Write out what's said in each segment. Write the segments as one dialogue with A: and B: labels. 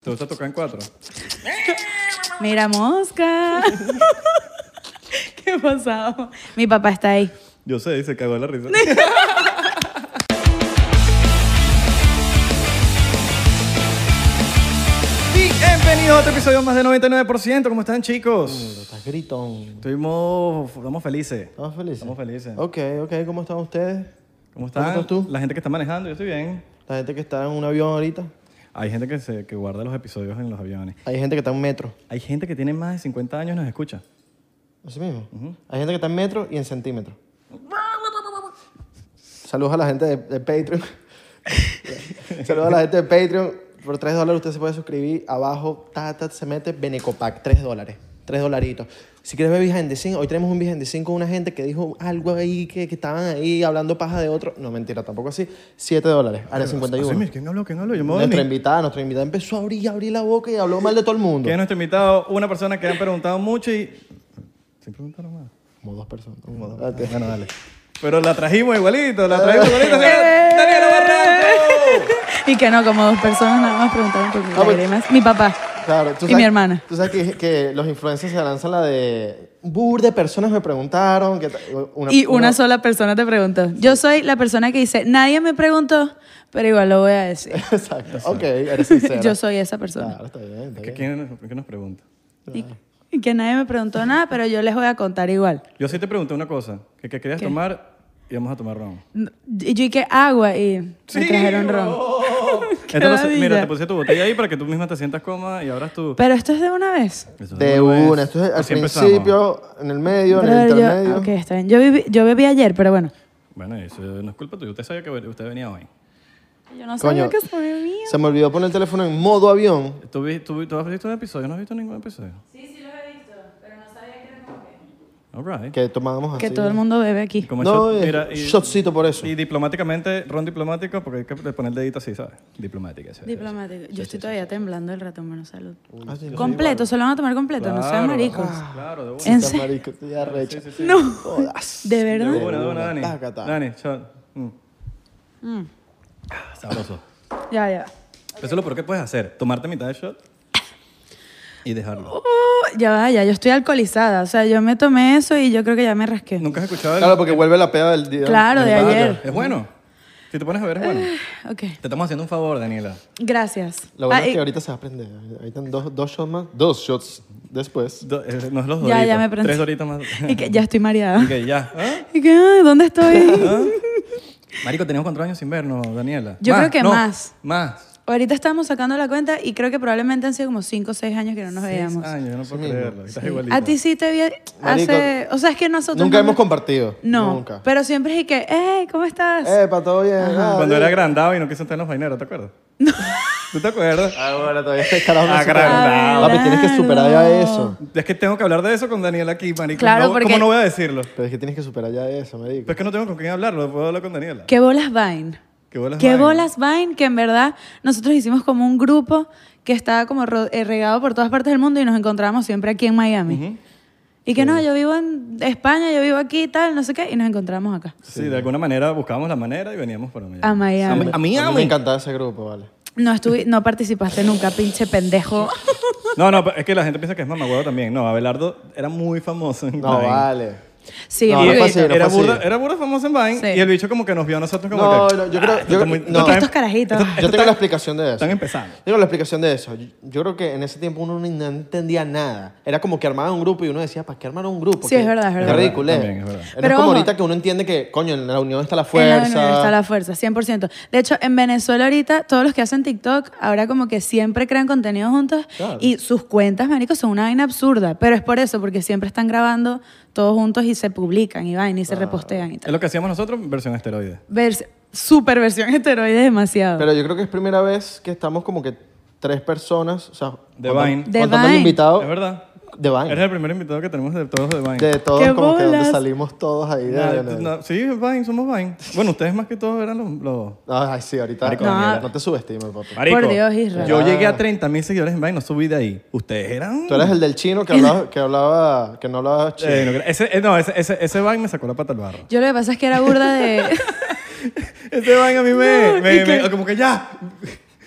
A: ¿Te gusta tocar en cuatro?
B: Mira, mosca. Qué pasado. Mi papá está ahí.
A: Yo sé, y se cagó la risa. Bienvenidos a otro episodio más de 99%. ¿Cómo están, chicos?
C: Estás gritón.
A: Estuvimos, estamos felices.
C: ¿Estamos felices?
A: Estamos felices.
C: Ok, ok, ¿cómo están ustedes?
A: ¿Cómo están?
C: ¿Cómo estás tú?
A: La gente que está manejando, yo estoy bien.
C: La gente que está en un avión ahorita.
A: Hay gente que, se, que guarda los episodios en los aviones.
C: Hay gente que está en metro.
A: Hay gente que tiene más de 50 años y nos escucha.
C: Así mismo. Hay gente que está en metro y en centímetro. Saludos a la gente de, de Patreon. Saludos a la gente de Patreon. Por 3 dólares usted se puede suscribir. Abajo, tata, se mete Benecopac. 3 dólares. 3 dolaritos. Si quieres ver Behind the Scene, hoy tenemos un Behind the Scene con una gente que dijo algo ahí, que, que estaban ahí hablando paja de otro. No, mentira, tampoco así. 7 dólares. Área 51.
A: Así, mira, ¿Quién habló? ¿Quién habló? Yo me voy a
C: Nuestra
A: dormir.
C: invitada, nuestra invitada empezó a abrir, a abrir la boca y habló mal de todo el mundo.
A: ¿Quién es nuestro invitado? Una persona que han preguntado mucho y... Sin preguntar más.
C: Como dos personas. Ok.
A: Bueno, dale. Pero la trajimos igualito, la trajimos igualito. ¡Daniela Barranco!
B: Y que no, como dos personas nada más preguntaron por mis
C: Ah, pues-
B: lágrimas. Mi papá.
C: Claro, tú
B: Y mi hermana.
C: Tú sabes que, que los influencers se lanzan la de bur de personas me preguntaron. Que, ta- una,
B: y una sola persona te preguntó. Yo soy la persona que dice, nadie me preguntó, pero igual lo voy a decir.
C: Exacto. Ok, eres sincera.
B: Yo soy esa persona.
C: Claro, está bien,
B: Eh.
C: está
A: ¿Qué-
C: bien.
A: ¿Quién por qué nos pregunta?
B: Y, y que nadie me preguntó nada, pero yo les voy a contar igual.
A: Yo sí te pregunté una cosa. Que, que querías tomar y vamos a tomar ron.
B: Y yo y que agua y me trajeron ron. Qué
A: Entonces, mira,
B: maravilla.
A: te puse tu botella ahí para que tú misma te sientas cómoda y abras tu...
B: Pero esto es de una vez.
A: Eso
C: De
A: no es-
C: una. Esto es al
A: Así empezamos.
C: principio, en el medio, en el
B: Brother, yo-
C: intermedio.
B: ok, está bien. Yo, viví- yo bebí ayer, pero bueno.
A: Bueno, eso no es culpa tuya. Usted sabía que usted venía hoy.
B: Yo no
C: Coño.
B: sabía que se bebía.
C: Se me olvidó poner el teléfono en modo avión.
A: ¿Tú, vi- tú, tú has visto un episodio? ¿No has visto ningún episodio?
B: Sí, sí los he visto, pero no sabía que era como
A: All right.
C: Que tomábamos así.
B: Que todo el mundo bebe aquí.
A: Como
C: No,
A: shot-
C: es
A: mira, y-
C: shotcito por eso.
A: Y diplomáticamente, ron diplomático, porque hay que poner el dedito así, ¿sabes? Diplomática. sí, sí, sí.
B: Diplomático. Yo estoy todavía temblando el ratón, menos salud.
C: Ah, sí, no.
B: Completo, se lo van a tomar completo, no sean
A: Claro.
B: maricos.
C: Ah,
A: Claro, de una.
B: ¿En
C: Está
B: serio?
C: marico, estoy arrecho.
B: No, de verdad.
A: De una, de una, Dani.
C: Tácata.
A: Dani, shot. Mm.
B: Mm.
A: Ah, Sabroso.
B: Ya, ya.
A: Eso es lo peor que puedes hacer, tomarte mitad de shot y dejarlo.
B: Uh, ya va, ya, yo estoy alcoholizada. O sea, yo me tomé eso y yo creo que ya me rasqué.
A: ¿Nunca has escuchado el-
C: Claro, porque vuelve la peda del día.
B: Claro, de
C: Ah,
B: ayer. Ah.
A: Es bueno. Si te pones a ver, es bueno.
B: Ok,
A: Te estamos haciendo un favor, Daniela.
B: gracias.
C: Lo bueno
B: Ah,
C: es
B: y-
C: que ahorita se va a aprender. Ahorita en dos, dos shots más. Dos shots después.
A: Do- eh, no es los doritos.
B: ya, ya me prendí.
A: Tres doritos más.
B: Y que ya estoy mareada.
A: ok, ya. ¿Ah?
B: Y que, ay, ¿dónde estoy?
A: Marico, tenemos cuatro años sin vernos, Daniela.
B: Yo creo que
A: no,
B: más.
A: Más.
B: Ahorita estamos sacando la cuenta y creo que probablemente han sido como 5 o 6 años que no nos
A: Seis
B: veíamos.
A: años, yo no puedo creerlo. Estás igualito.
B: A ti sí te vi
C: Marico,
B: hace... O sea, es que nosotros...
C: Nunca
B: no-
C: hemos compartido.
B: No, Pues-
C: Nunca.
B: pero siempre es y que, hey, ¿cómo estás?
C: Epa, todo bien. Ah,
A: Cuando
C: bien.
A: era agrandado y no quiso estar en los vaineros, ¿te acuerdas? ¿Tú te acuerdas?
C: Ah, bueno, todavía este carajo no
A: Ah,
C: supera.
A: agrandado.
C: Papi, tienes que superar ya eso.
A: Es que tengo que hablar de eso con Daniel aquí, marico.
B: Claro,
A: No,
B: porque-
A: ¿Cómo no voy a decirlo?
C: Pero es que tienes que superar ya eso, me
A: Pero es que no tengo con quién hablarlo, puedo hablar con Daniela.
B: ¿Qué bolas Vine?
A: ¿Qué bolas?
B: ¿Qué
A: vaina.
B: bolas Vine? Que en verdad nosotros hicimos como un grupo que estaba como ro- eh, regado por todas partes del mundo y nos encontrábamos siempre aquí en Miami. Y que no, yo vivo en España, yo vivo aquí y tal, no sé qué, y nos encontramos acá.
A: Sí, de alguna manera buscábamos la manera y veníamos para Miami.
B: A Miami.
A: A, mí, a
C: me
A: mí.
C: encantaba ese grupo, vale.
B: No, estuvi- no participaste nunca, pinche pendejo.
A: No, no, pero es que la gente piensa que es mamagüevo también. No, Abelardo era muy famoso en
C: No,
A: Vine.
C: vale.
B: Sí,
C: No,
A: Y
C: no
B: porque-
C: fue así, no
A: era,
C: fue
A: burda,
C: así.
A: era burda famoso en Vine
B: Sí.
A: y el bicho como que nos vio a nosotros como
C: No,
A: que...
C: no, yo creo-
A: "Ah,
C: yo-
A: está muy-
C: no. eh,
A: está
C: Que
B: estos carajitos.
A: esto
C: Yo
A: está-
C: tengo la explicación de eso.
A: Están
C: Yo
A: empezando.
C: tengo la explicación de eso. Yo, yo creo que en ese tiempo uno ni- no entendía nada. Era como que armaban un grupo y uno decía, ¿para qué armaron un grupo?
B: Sí,
C: Qué-
B: es verdad, es
C: qué
B: verdad.
C: ridículo es.
A: También es verdad.
C: No
B: Pero
C: es como
B: ojo.
C: ahorita que uno entiende que, coño, en la unión está la
B: En la
C: fuerza.
B: universidad está la fuerza, 100%. De hecho, en Venezuela ahorita, todos los que hacen TikTok, ahora como que siempre crean contenido juntos y sus cuentas, marico, son una vaina absurda. Pero es por eso, porque siempre están grabando todos juntos y se publican y vaina y se repostean y
A: Es
B: tal.
A: lo que hacíamos nosotros, versión esteroide.
B: Vers super versión esteroide demasiado.
C: Pero yo creo que es primera vez que estamos como que tres personas, o sea,
A: De
C: contando-
A: Vine.
B: De
C: contando el
B: Vine.
C: invitado
A: Es verdad.
C: de Vine.
A: Eres el primer invitado que tenemos de todos de Vine.
C: De todos,
B: ¡Qué
C: como que donde
B: bolas!
C: salimos todos ahí. De,
A: Nah,
C: de-
A: tú- no, sí, Vine, somos Vine. Bueno, ustedes más que todos eran los... los-
C: Ay, sí, ahorita.
A: Marico,
C: no,
B: Daniela.
C: no te subestimes, papi.
B: Por Dios, Israel.
A: Yo llegué a 30 mil seguidores en Vine, no subí de ahí. Ustedes eran...
C: Tú eres el del chino que hablaba, que, hablaba, que no hablaba chino.
A: Eh, no, gra- ese, eh, no, ese, ese, ese Vine me sacó la pata al barro.
B: Yo lo que pasa es que era burda de...
A: Ese Vine a mí me...
B: No,
A: me-
B: y que-
A: me- como que ya.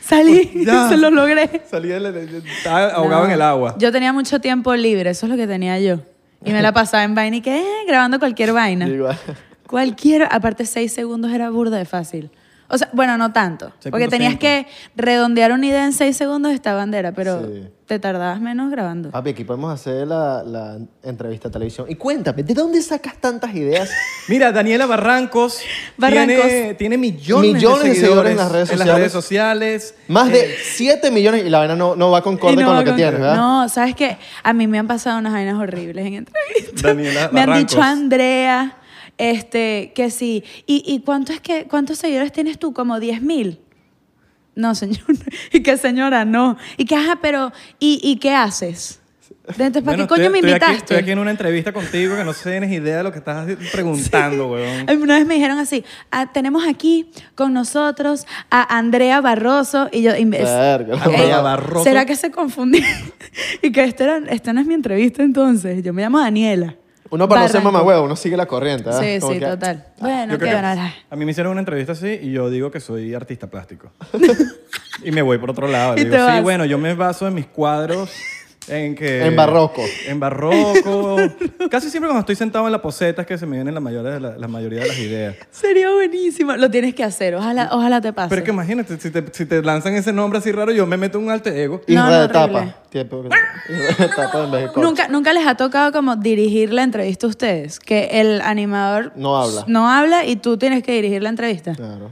B: Salí,
A: Pues Ya.
B: se lo logré.
A: Salí del- del- del- estaba ahogado en el agua.
B: Yo tenía mucho tiempo libre, eso es lo que tenía yo. Y me la pasaba en vaina y que, eh, grabando cualquier vaina.
C: Igual.
B: Cualquier, aparte seis segundos era burda de fácil. O sea, bueno, no tanto. Porque
A: 6.5.
B: tenías que redondear una idea en seis segundos esta bandera, pero
C: Sí.
B: te tardabas menos grabando.
C: Papi, aquí podemos hacer la, la entrevista a televisión. Y cuéntame, ¿de dónde sacas tantas ideas?
A: Mira, Daniela Barrancos,
B: Barrancos.
A: Tiene, tiene millones,
C: Millones
A: de, seguidores
C: en las redes
A: En las
C: sociales.
A: redes sociales. Eh,
C: Más de 7 millones y la vaina no, no va
B: Eh. Y
C: concorde
B: no
C: con
B: va
C: lo que
B: con-
C: tienes, ¿verdad?
B: No, sabes que a mí me han pasado unas vainas horribles en entrevistas.
A: Daniela
B: me han dicho
A: Barrancos.
B: Andrea, este, que sí. ¿Y, y cuánto es que, cuántos seguidores tienes tú? ¿Como 10 mil? No, señor. Y que señora, no. Y que, ajá, pero, ¿y, y qué haces? Entonces, ¿para
A: Bueno,
B: qué coño
A: estoy-
B: me
A: estoy aquí-
B: invitaste?
A: estoy aquí en una entrevista contigo que no tienes idea de lo que estás preguntando, weón.
B: Una vez me dijeron así, "Ah, tenemos aquí con nosotros a Andrea Barroso y yo... y me-
C: Verga, la
A: Andrea
C: verdad.
A: Barroso.
B: ¿Será que se confundí? y que esta, era- esta no es mi entrevista entonces, yo me llamo Daniela.
C: Uno para no ser
B: Barranco.
C: mamagüevo, uno sigue la corriente,
A: Ah,
C: ¿verdad?
B: Sí,
C: Como
B: sí,
C: que-
B: total. Bueno,
A: Yo
B: qué
A: creo que
B: bueno.
A: a mí me hicieron una entrevista así y yo digo que soy artista plástico. y me voy por otro lado.
B: Y
A: Le
B: te
A: digo, sí,
B: vas.
A: bueno, yo me baso en mis cuadros. En, que,
C: En barroco.
A: En barroco. Casi siempre cuando estoy sentado en la poseta es que se me vienen la mayoría de, la, la mayoría de las ideas.
B: Sería buenísimo. Lo tienes que hacer, ojalá, ojalá te pase.
A: Pero es que imagínate, si te, si te lanzan ese nombre así raro, yo me meto un alter ego.
C: Isra
B: No, no,
C: de
B: horrible.
C: tapa. Tiempo- Isra de tapa en vez de corcho.
B: ¿Nunca, nunca les ha tocado como dirigir la entrevista a ustedes, que el animador
C: No habla.
B: no habla y tú tienes que dirigir la
A: Ah.
B: entrevista.
C: Claro.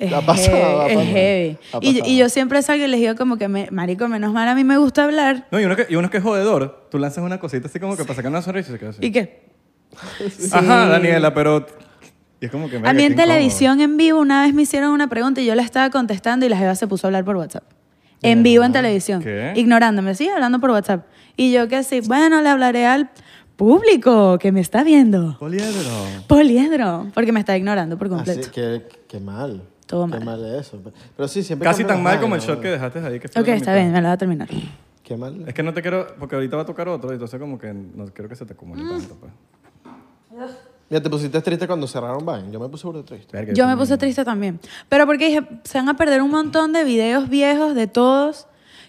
B: Es
C: Ha pasado,
B: heavy,
C: ha
B: es
C: pasado.
B: heavy.
C: Ha
B: Y, yo-
C: pasado.
B: y yo siempre salgo y les digo como que, me- marico, menos mal, a mí me gusta hablar.
A: No, y uno, que, y uno que es jodedor, tú lanzas una cosita así como que para sacar una sonrisa y se queda así.
B: ¿Y qué?
A: Ajá,
B: Sí.
A: Daniela, pero... y es como que...
B: A
A: verga,
B: mí en
A: qué incómodo.
B: televisión en vivo una vez me hicieron una pregunta y yo la estaba contestando y la jeva se puso a hablar por WhatsApp. En vivo en televisión.
A: ¿Qué?
B: Ignorándome, sí, hablando por WhatsApp. Y yo que sí, bueno, le hablaré al público que me está viendo.
A: Poliedro.
B: Poliedro, porque me está ignorando
A: Ah,
B: por completo.
C: Así que, qué mal.
B: Todo
C: qué
B: mal.
C: mal eso. Pero sí, siempre.
A: Casi
C: cambian
A: tan
C: las
A: mal como el
C: vainas,
A: shot que
C: ¿no?
A: dejaste ahí. Que fue
B: Ok,
A: la
B: está
A: mitad.
B: bien, me la va a terminar.
C: Qué mal.
A: Es que no te quiero, porque ahorita va a tocar otro, entonces como que no quiero que se te acumule
B: Mm.
A: tanto. Pues.
C: Mira, te pusiste triste cuando cerraron Vine. Yo me puse burda triste.
A: Verga,
B: Yo me puse triste también. Pero porque dije, se van a perder un montón de videos viejos de todos,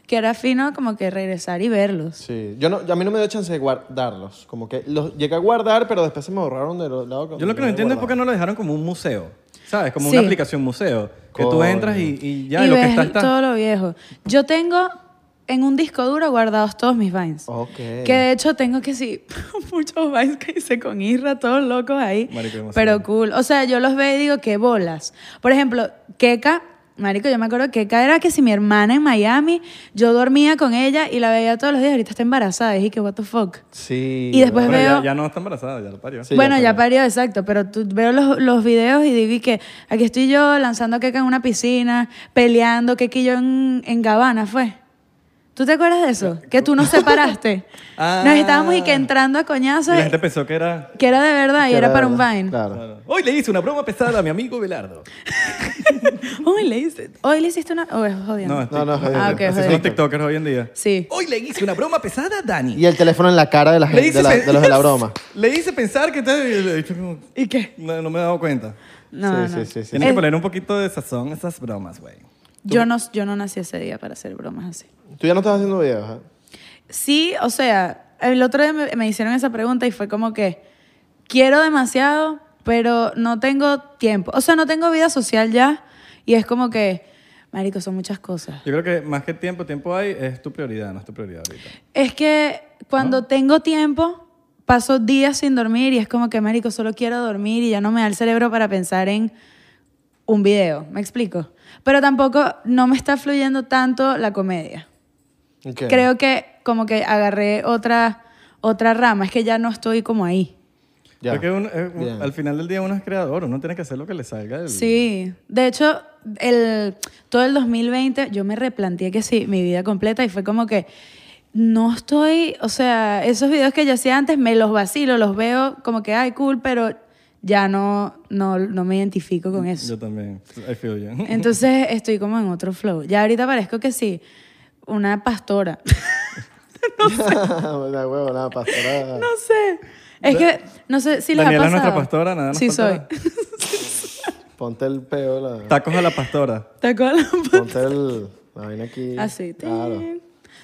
B: que era fino como que regresar y verlos.
C: Sí. Yo no, a mí no me dio chance de guardarlos. Como que los llegué a guardar, pero después se me borraron del lado.
A: Yo lo que no entiendo es por qué no lo dejaron como un museo, ¿sabes? Como
B: Sí.
A: una aplicación museo. Que tú
C: Coño.
A: entras y, y ya,
B: y
A: lo
B: ves
A: que está, está.
B: todo lo viejo. Yo tengo en un disco duro guardados todos mis vines.
C: Ok.
B: Que de hecho tengo que sí, muchos vines que hice con Isra, todos locos ahí.
A: Marico, demasiado.
B: pero cool. O sea, yo los veo y digo, qué bolas. Por ejemplo, Keka, Marico, yo me acuerdo que Keka era que si mi hermana en Miami, yo dormía con ella y la veía todos los días, ahorita está embarazada. Y dije, que what the fuck.
C: Sí.
B: Y después
A: Pero
B: veo-
A: ya, ya no está embarazada, ya lo parió.
C: Sí,
B: bueno,
C: ya
B: ya parió, exacto, pero tú veo los, los videos y digo y que aquí estoy yo lanzando a Keka en una piscina, peleando, Keki y yo en, en Gabana, fue. ¿Tú te acuerdas de eso? Que tú nos separaste.
A: Ah.
B: Nos estábamos y que entrando a
A: Y
B: coñazos,
A: la gente pensó que era...
B: que era de verdad y
C: Que
B: era, para
C: de
B: un
C: verdad,
B: Vine.
C: Claro.
A: Hoy le hice una broma pesada a mi amigo Belardo.
B: Hoy, le hice- hoy le hiciste una... Oh, es jodiendo.
A: No, es
C: No, no,
A: TikTok.
C: jodido.
B: Ah, ok,
A: Así son
B: jodido.
A: los tiktokers hoy en día.
B: Sí.
A: Hoy le hice una broma pesada a Dani.
C: Y el teléfono en la cara de, la
A: Le
C: gente,
A: hice
C: de, la-
A: pe-
C: de los de la broma.
A: Le hice pensar que... te- le- le-
B: ¿Y qué?
A: No, no me he dado cuenta.
B: No,
C: Sí,
B: no.
C: sí, sí, sí.
A: Tienes
B: Eh,
A: que poner un poquito de sazón a esas bromas, güey.
B: yo, no, yo no nací ese día para hacer bromas así.
C: Tú ya no estás haciendo videos, ¿eh?
B: Sí, o sea, el otro día me, me hicieron esa pregunta y fue como que quiero demasiado, pero no tengo tiempo. O sea, no tengo vida social ya y es como que, marico, son muchas cosas.
A: Yo creo que más que tiempo, tiempo hay, es tu prioridad, no es tu prioridad ahorita.
B: Es que cuando tengo tiempo, paso días sin dormir y es como que, marico, solo quiero dormir y ya no me da el cerebro para pensar en un video, ¿me explico? Pero tampoco no me está fluyendo tanto la comedia.
C: Ok.
B: Creo que como que agarré otra, otra rama, es que ya no estoy como ahí.
C: Ya.
A: Porque uno, eh, un-
C: Bien.
A: al final del día uno es creador, uno tiene que hacer lo que le salga. del-
B: Sí, de hecho, el, todo el 2020 yo me replanteé que sí, mi vida completa y fue como que no estoy, o sea, esos videos que yo hacía antes me los vacilo, los veo como que, ay, cool, pero ya no, no, no me identifico con eso.
A: Yo también. I feel you.
B: Eh, Entonces estoy como en otro flow. Ya ahorita parezco que sí, una pastora.
C: Una huevo, nada, pastora.
B: No sé. Es que no sé si les
A: Daniela
B: ha
A: es nuestra
B: pasado.
A: pastora, nada nos
B: Sí soy.
A: faltará.
C: Ponte el peo, la,
A: Tacos a la pastora.
B: ¿Te acuerdas?
C: ponte el, la vaina aquí.
B: Así. tin.
C: Claro.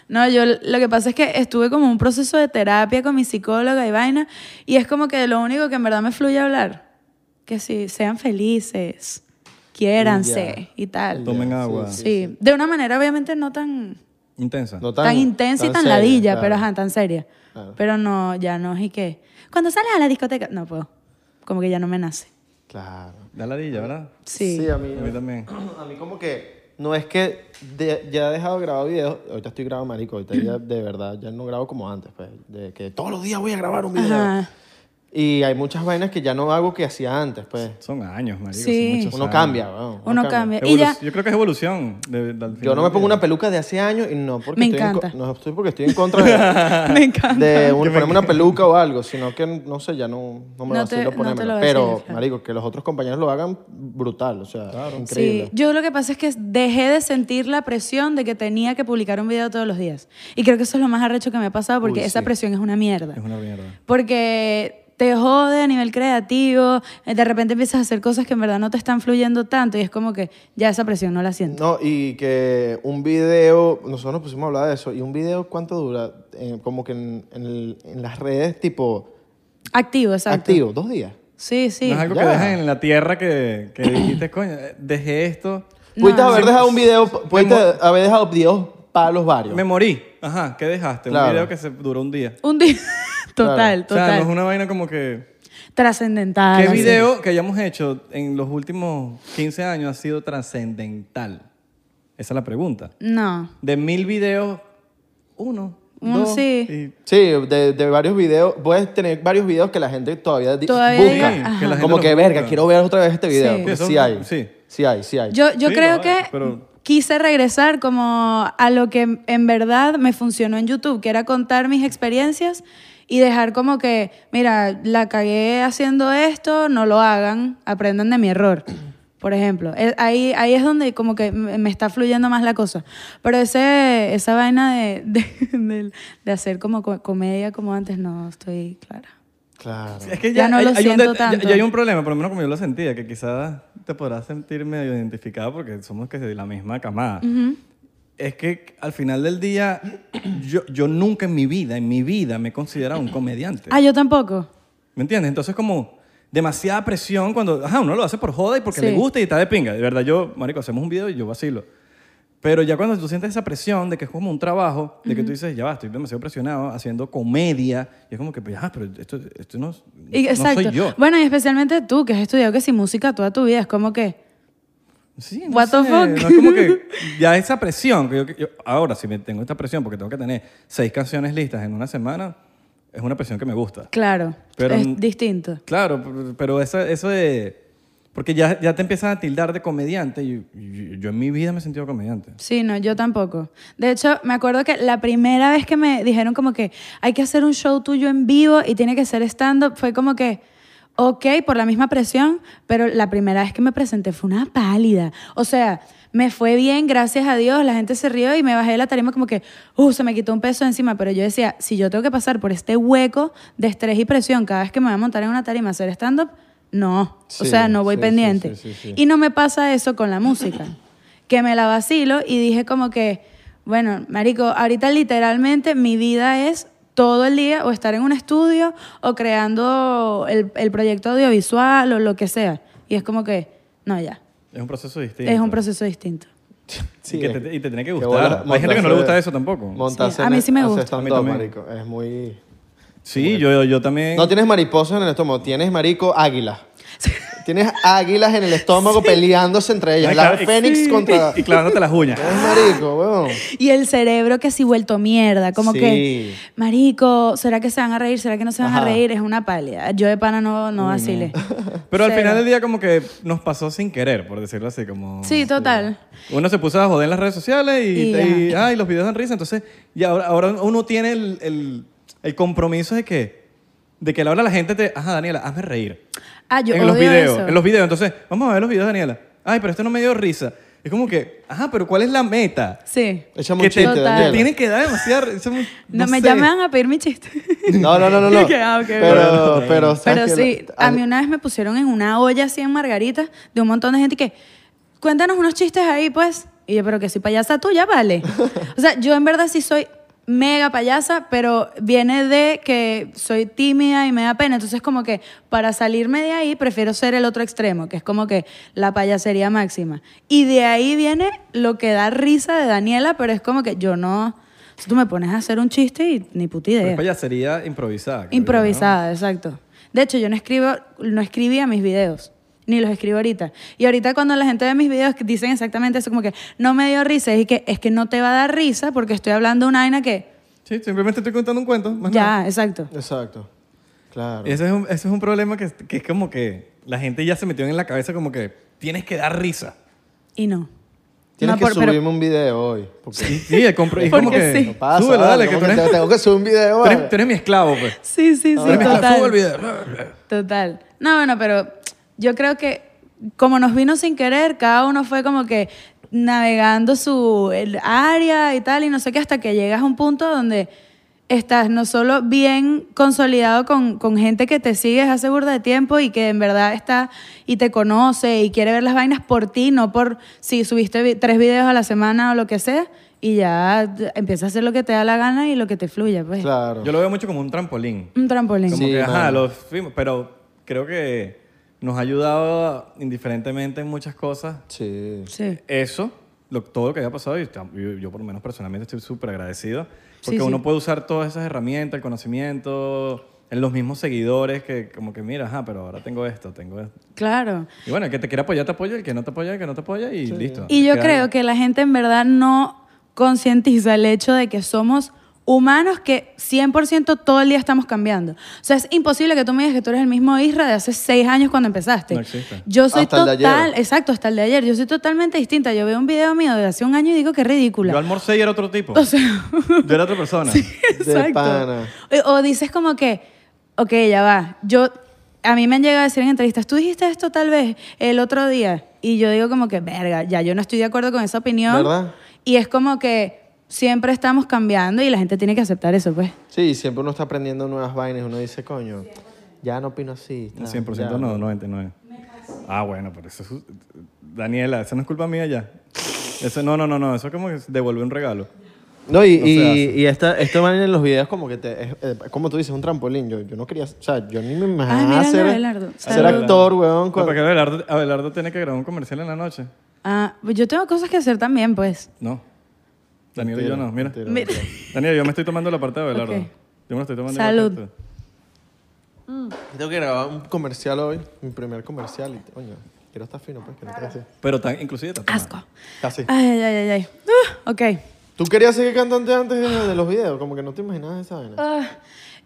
B: No, yo lo que pasa es que estuve como en un proceso de terapia con mi psicóloga y vaina, y es como que lo único que en verdad me fluye hablar. Que sí, sean felices, quiéranse y tal.
A: Tomen agua.
B: Sí, de una manera obviamente no tan,
A: Intensa.
C: No
B: tan, intensa y tan
C: seria,
B: ladilla,
C: claro.
B: pero ajá, tan seria.
C: Claro.
B: Pero no, ya no, y que cuando sales a la discoteca, no puedo, como que ya no me nace.
C: Claro.
A: Da ladilla, ¿verdad?
B: Sí.
C: a mí.
A: A mí también.
C: A mí como que no es que de- ya he dejado de grabar videos, ahorita estoy grabando marico, ahorita ya de verdad ya no grabo como antes, pues, de que todos los días voy a grabar un video.
B: Ajá.
C: Y hay muchas vainas que ya no hago que hacía antes, pues.
A: Son años, marico.
B: Sí.
A: son muchos
C: Uno
A: años.
C: cambia, weón, uno
B: Uno
C: cambia.
B: cambia. Y ya,
A: Evolu- Yo creo que es evolución. de- de- al
C: Yo
A: final
C: no me
A: del
C: pongo
A: día.
C: una peluca de hace años y no porque
B: Me
C: estoy en
B: encanta.
C: co- no estoy porque estoy en contra de,
B: me encanta.
C: de un- ponerme una peluca o algo, sino que no sé, ya no, no me
B: No te-
C: vacilo
B: no te
C: ponérmela.
B: lo
C: Pero,
B: vacilas, claro.
C: marico, que los otros compañeros lo hagan brutal, o sea, increíble.
B: Sí, yo lo que pasa es que dejé de sentir la presión de que tenía que publicar un video todos los días. Y creo que eso es lo más arrecho que me ha pasado porque
C: Uy,
B: esa
C: sí.
B: presión es una mierda.
A: Es una mierda.
B: Porque te jode a nivel creativo, eh, de repente empiezas a hacer cosas que en verdad no te están fluyendo tanto y es como que ya esa presión no la siento.
C: No, y que un video, nosotros nos pusimos a hablar de eso, y un video cuánto dura, Eh, como que en, en el- en las redes, tipo,
B: Activo, exacto.
C: activo, dos días.
B: Sí, sí.
A: No es algo
C: Ya.
A: que dejas en la tierra que, que dijiste, coño, eh, dejé esto,
B: No,
C: Pudiste
B: no.
C: haber dejado un video, pudiste
A: mo-
C: haber dejado videos palos varios.
A: me morí. Ajá, ¿qué dejaste?
C: Claro.
A: Un video que se duró un día.
B: Un día.
C: Claro.
B: total,
A: O sea,
B: total. Ah,
A: no es una vaina como que...
B: Trascendental.
A: ¿Qué
B: así.
A: video que hayamos hecho en los últimos 15 años ha sido trascendental? Esa es la pregunta.
B: No.
A: De mil videos, uno,
B: Uno,
A: dos,
B: Mm, sí.
A: y-
C: Sí, de, de varios videos, puedes tener varios videos que la gente todavía, di-
B: Todavía
C: busca.
B: diga,
A: Sí, que la gente
C: como
A: los
C: que, verga,
A: busca".
C: quiero ver otra vez este video.
B: Sí.
A: Sí,
C: porque
A: son-
C: Sí, hay.
A: sí.
C: Sí hay, sí hay.
B: Yo, yo
A: Sí,
B: creo
A: lo
B: que
A: hay, pero-
B: quise regresar como a lo que en verdad me funcionó en YouTube, que era contar mis experiencias y dejar como que, mira, la cagué haciendo esto, no lo hagan, aprendan de mi error. Por ejemplo, Eh, ahí, ahí es donde como que me me está fluyendo más la cosa. Pero ese, esa vaina de, de, del- de hacer como co- comedia como antes, no estoy clara.
C: Claro.
A: Es que
B: Ya
A: ya,
B: no
A: hay,
B: lo
A: hay un
B: siento
A: det- ya-
B: tanto.
A: ya hay un problema, por lo menos como yo lo sentía, que quizás te podrás sentir medio identificado porque somos que de la misma camada. Es que al final del día, yo, yo nunca en mi vida, en mi vida, me he considerado un comediante.
B: Ah, yo tampoco.
A: ¿Me entiendes? Entonces, como demasiada presión cuando, ajá, uno lo hace por joda y porque
B: Sí.
A: le gusta y está de pinga. De verdad, yo, marico, hacemos un video y yo vacilo. Pero ya cuando tú sientes esa presión de que es como un trabajo, de que tú dices, ya va, estoy demasiado presionado haciendo comedia, y es como que, pues, ah, pero esto, esto no,
B: Y-
A: no
B: exacto.
A: soy yo.
B: Bueno, y especialmente tú, que has estudiado que si música toda tu vida, es como que...
A: Sí,
B: What the fuck?
A: No es como que ya esa presión, que yo, que yo- ahora si me tengo esta presión porque tengo que tener seis canciones listas en una semana, es una presión que me gusta.
B: Claro,
A: Pero
B: es
A: n-
B: distinto.
A: Claro, pero- pero eso, eso de... Porque ya, ya te empiezan a tildar de comediante y y- yo, en mi vida me he sentido comediante.
B: Sí, no, yo tampoco. De hecho, me acuerdo que la primera vez que me dijeron como que hay que hacer un show tuyo en vivo y tiene que ser stand-up, fue como que, ok, por la misma presión, pero la primera vez que me presenté fue una pálida. O sea, me fue bien, gracias a Dios, la gente se rió y me bajé de la tarima como que, uh, se me quitó un peso encima, pero yo decía, si yo tengo que pasar por este hueco de estrés y presión cada vez que me voy a montar en una tarima a hacer stand-up, no. o
C: Sí,
B: sea, no voy
C: sí, sí,
B: pendiente.
C: sí, sí, sí.
B: Y no me pasa eso con la música. que me la vacilo y dije como que, bueno, marico, ahorita literalmente mi vida es todo el día o estar en un estudio o creando el, el proyecto audiovisual o lo que sea. Y es como que, no, ya.
A: Es un proceso distinto.
B: Es un proceso distinto.
A: Y, que te, y te tiene que
C: Qué
A: gustar.
C: bola
A: Hay gente que no le
C: montarse-
A: gusta eso tampoco.
C: montarse
B: Sí, a
C: en
B: mí
C: el-
B: sí me
C: hacer
B: gusta.
C: stand-up,
A: A mí también.
C: marico, Es muy...
A: sí, yo, yo también...
C: No tienes mariposas en el estómago, tienes marico águilas. Tienes águilas en el estómago peleándose entre ellas.
A: Ay,
C: La
A: claro, y-
C: Fénix
A: sí,
C: contra.
A: Y clavándote las uñas.
C: Es marico, weón.
B: Y el cerebro que si vuelto mierda, como
C: Sí.
B: que, marico, ¿será que se van a reír? ¿Será que no se van a
C: Ajá.
B: reír? Es una pálida. Yo de pana no, no vacile.
A: Pero al
B: Cero.
A: final del día como que nos pasó sin querer, por decirlo así, como...
B: Sí, total.
A: Uno se puso a joder en las redes sociales y,
B: Y
A: y, ay, los videos dan risa. Entonces, y ahora, ahora uno tiene el, el- el compromiso de que, de que a la hora la gente te... Ajá, Daniela, hazme reír.
B: Ah, yo
A: en los
B: odio
A: videos.
B: eso.
A: En los videos. Entonces, vamos a ver los videos, Daniela. Ay, pero esto no me dio risa. Es como que, ajá, pero ¿cuál es la meta?
B: Sí.
C: Échame
A: que te,
C: un chiste,
B: Total.
A: te
C: Daniela.
A: tienen que dar demasiado... eso no-
B: No,
A: no
B: me
A: sé.
B: llaman a pedir mi chiste.
C: No, no, no, no. no.
B: Que, ah, ok,
C: pero,
A: bueno.
C: pero, ¿sabes
B: Pero
C: qué?
B: sí,
C: Ah,
B: a mí una vez me pusieron en una olla así en Margarita de un montón de gente que, cuéntanos unos chistes ahí, pues. Y yo, pero que soy payasa tuya, vale. o sea, yo en verdad sí soy mega payasa, pero viene de que soy tímida y me da pena. Entonces, como que para salirme de ahí, prefiero ser el otro extremo, que es como que la payasería máxima. Y de ahí viene lo que da risa de Daniela, pero es como que yo no. Si tú me pones a hacer un chiste y ni puta idea.
A: Pero es payasería improvisada. creo yo, ¿no?
B: Improvisada, exacto. De hecho, yo no escribo, no escribía mis videos, ni los escribo ahorita. Y ahorita cuando la gente ve mis videos que dicen exactamente eso, como que no me dio risa, es que es que no te va a dar risa porque estoy hablando una vaina que
A: Sí, simplemente estoy contando un cuento. más nada.
B: ya, exacto.
C: Exacto. Claro.
A: Y eso es un, eso es un problema que, que es como que la gente ya se metió en la cabeza como que tienes que dar risa.
B: Y no.
C: Tienes
B: No,
C: que
B: por- pero-
C: subirme un video hoy. Porque
A: Sí, sí, el compro- es como
B: Porque
A: que...
B: sí.
C: no pasa.
A: Súbelo,
C: ¿vale?
A: dale, que
C: ¿Cómo
A: tú
C: que
A: eres,
C: te- tengo que subir un video
A: tú
C: hoy.
A: eres- tú eres mi esclavo, pues.
B: Sí, sí,
C: Ah,
B: sí,
A: Tú eres mi esclavo, sube el
B: total.
A: video.
B: Total. No, bueno, pero yo creo que como nos vino sin querer, cada uno fue como que navegando su el área y tal, y no sé qué, hasta que llegas a un punto donde estás no solo bien consolidado con, con gente que te sigue desde hace burda de tiempo y que en verdad está y te conoce y quiere ver las vainas por ti, no por si subiste vi- tres videos a la semana o lo que sea, y ya t- empiezas a hacer lo que te da la gana y lo que te fluya, pues.
C: Claro.
A: Yo lo veo mucho como un trampolín.
B: Un trampolín.
A: Como
C: Sí,
A: que, ajá,
C: mano.
A: los fuimos, pero creo que nos ha ayudado indiferentemente en muchas cosas.
C: Sí.
B: Sí.
A: Eso, lo- todo lo que haya pasado, y está- yo, yo por lo menos personalmente estoy súper agradecido, porque
B: Sí, sí.
A: uno puede usar todas esas herramientas, el conocimiento, en los mismos seguidores, que como que mira, ajá, pero ahora tengo esto, tengo esto.
B: Claro.
A: Y bueno, el que te quiera apoyar, te apoya, el que no te apoya, el que no te apoya, y listo.
B: Y
A: Te
B: yo
A: queda-
B: creo que la gente en verdad no concientiza el hecho de que somos humanos que 100% todo el día estamos cambiando. O sea, es imposible que tú me digas que tú eres el mismo Isra de hace seis años cuando empezaste.
A: No existe.
B: Yo soy
C: Hasta el de ayer.
B: total, exacto, hasta el de ayer. Yo soy totalmente distinta. Yo veo un video mío de hace un año y digo que ridícula.
A: Yo almorcé y era otro tipo.
B: O sea,
A: Yo era otra persona.
C: De pana.
B: O, o dices como que, ok, ya va. Yo, a mí me han llegado a decir en entrevistas, tú dijiste esto tal vez el otro día. Y yo digo como que, verga, ya yo no estoy de acuerdo con esa opinión.
C: ¿Verdad?
B: Y es como que siempre estamos cambiando y la gente tiene que aceptar eso, pues.
C: Sí, siempre uno está aprendiendo nuevas vainas. Uno dice, coño, ya no opino así. tal,
A: 100%
C: ya.
A: no, 99. Ah, bueno, pero eso es... Daniela, eso no es culpa mía ya. Eso, no, no, no, no, eso es como que devolver un regalo.
C: No, y,
A: No se
C: y,
A: hace.
C: y esta, esta vaina en los videos como que te... Es, eh, como tú dices, un trampolín. Yo, yo no quería... O sea, yo ni me imaginaba
B: mira,
C: ser,
B: Abelardo.
C: ser
B: Salud.
C: actor, weón.
A: No,
C: cuando-
A: porque Abelardo, Abelardo tiene que grabar un comercial en la noche.
B: Ah, pues yo tengo cosas que hacer también, pues.
A: No. Daniel y yo no, mira.
C: mentira,
B: Mira.
C: mentira.
A: Daniel, yo me estoy tomando la parte de Abelardo.
B: Ok.
A: Yo me la estoy tomando.
B: Salud.
A: igual que tú.
C: Tengo que grabar un comercial hoy. Mi primer comercial. Y, coño, quiero estar fino, pues. Que no te hace.
A: Pero tan, inclusive tan
C: Ah.
B: Asco.
C: Casi.
B: Ay, ay, ay, ay, ay. Ah, ok.
C: ¿Tú querías seguir cantante antes de, de los videos? Como que no te imaginabas esa vaina.
B: Ah,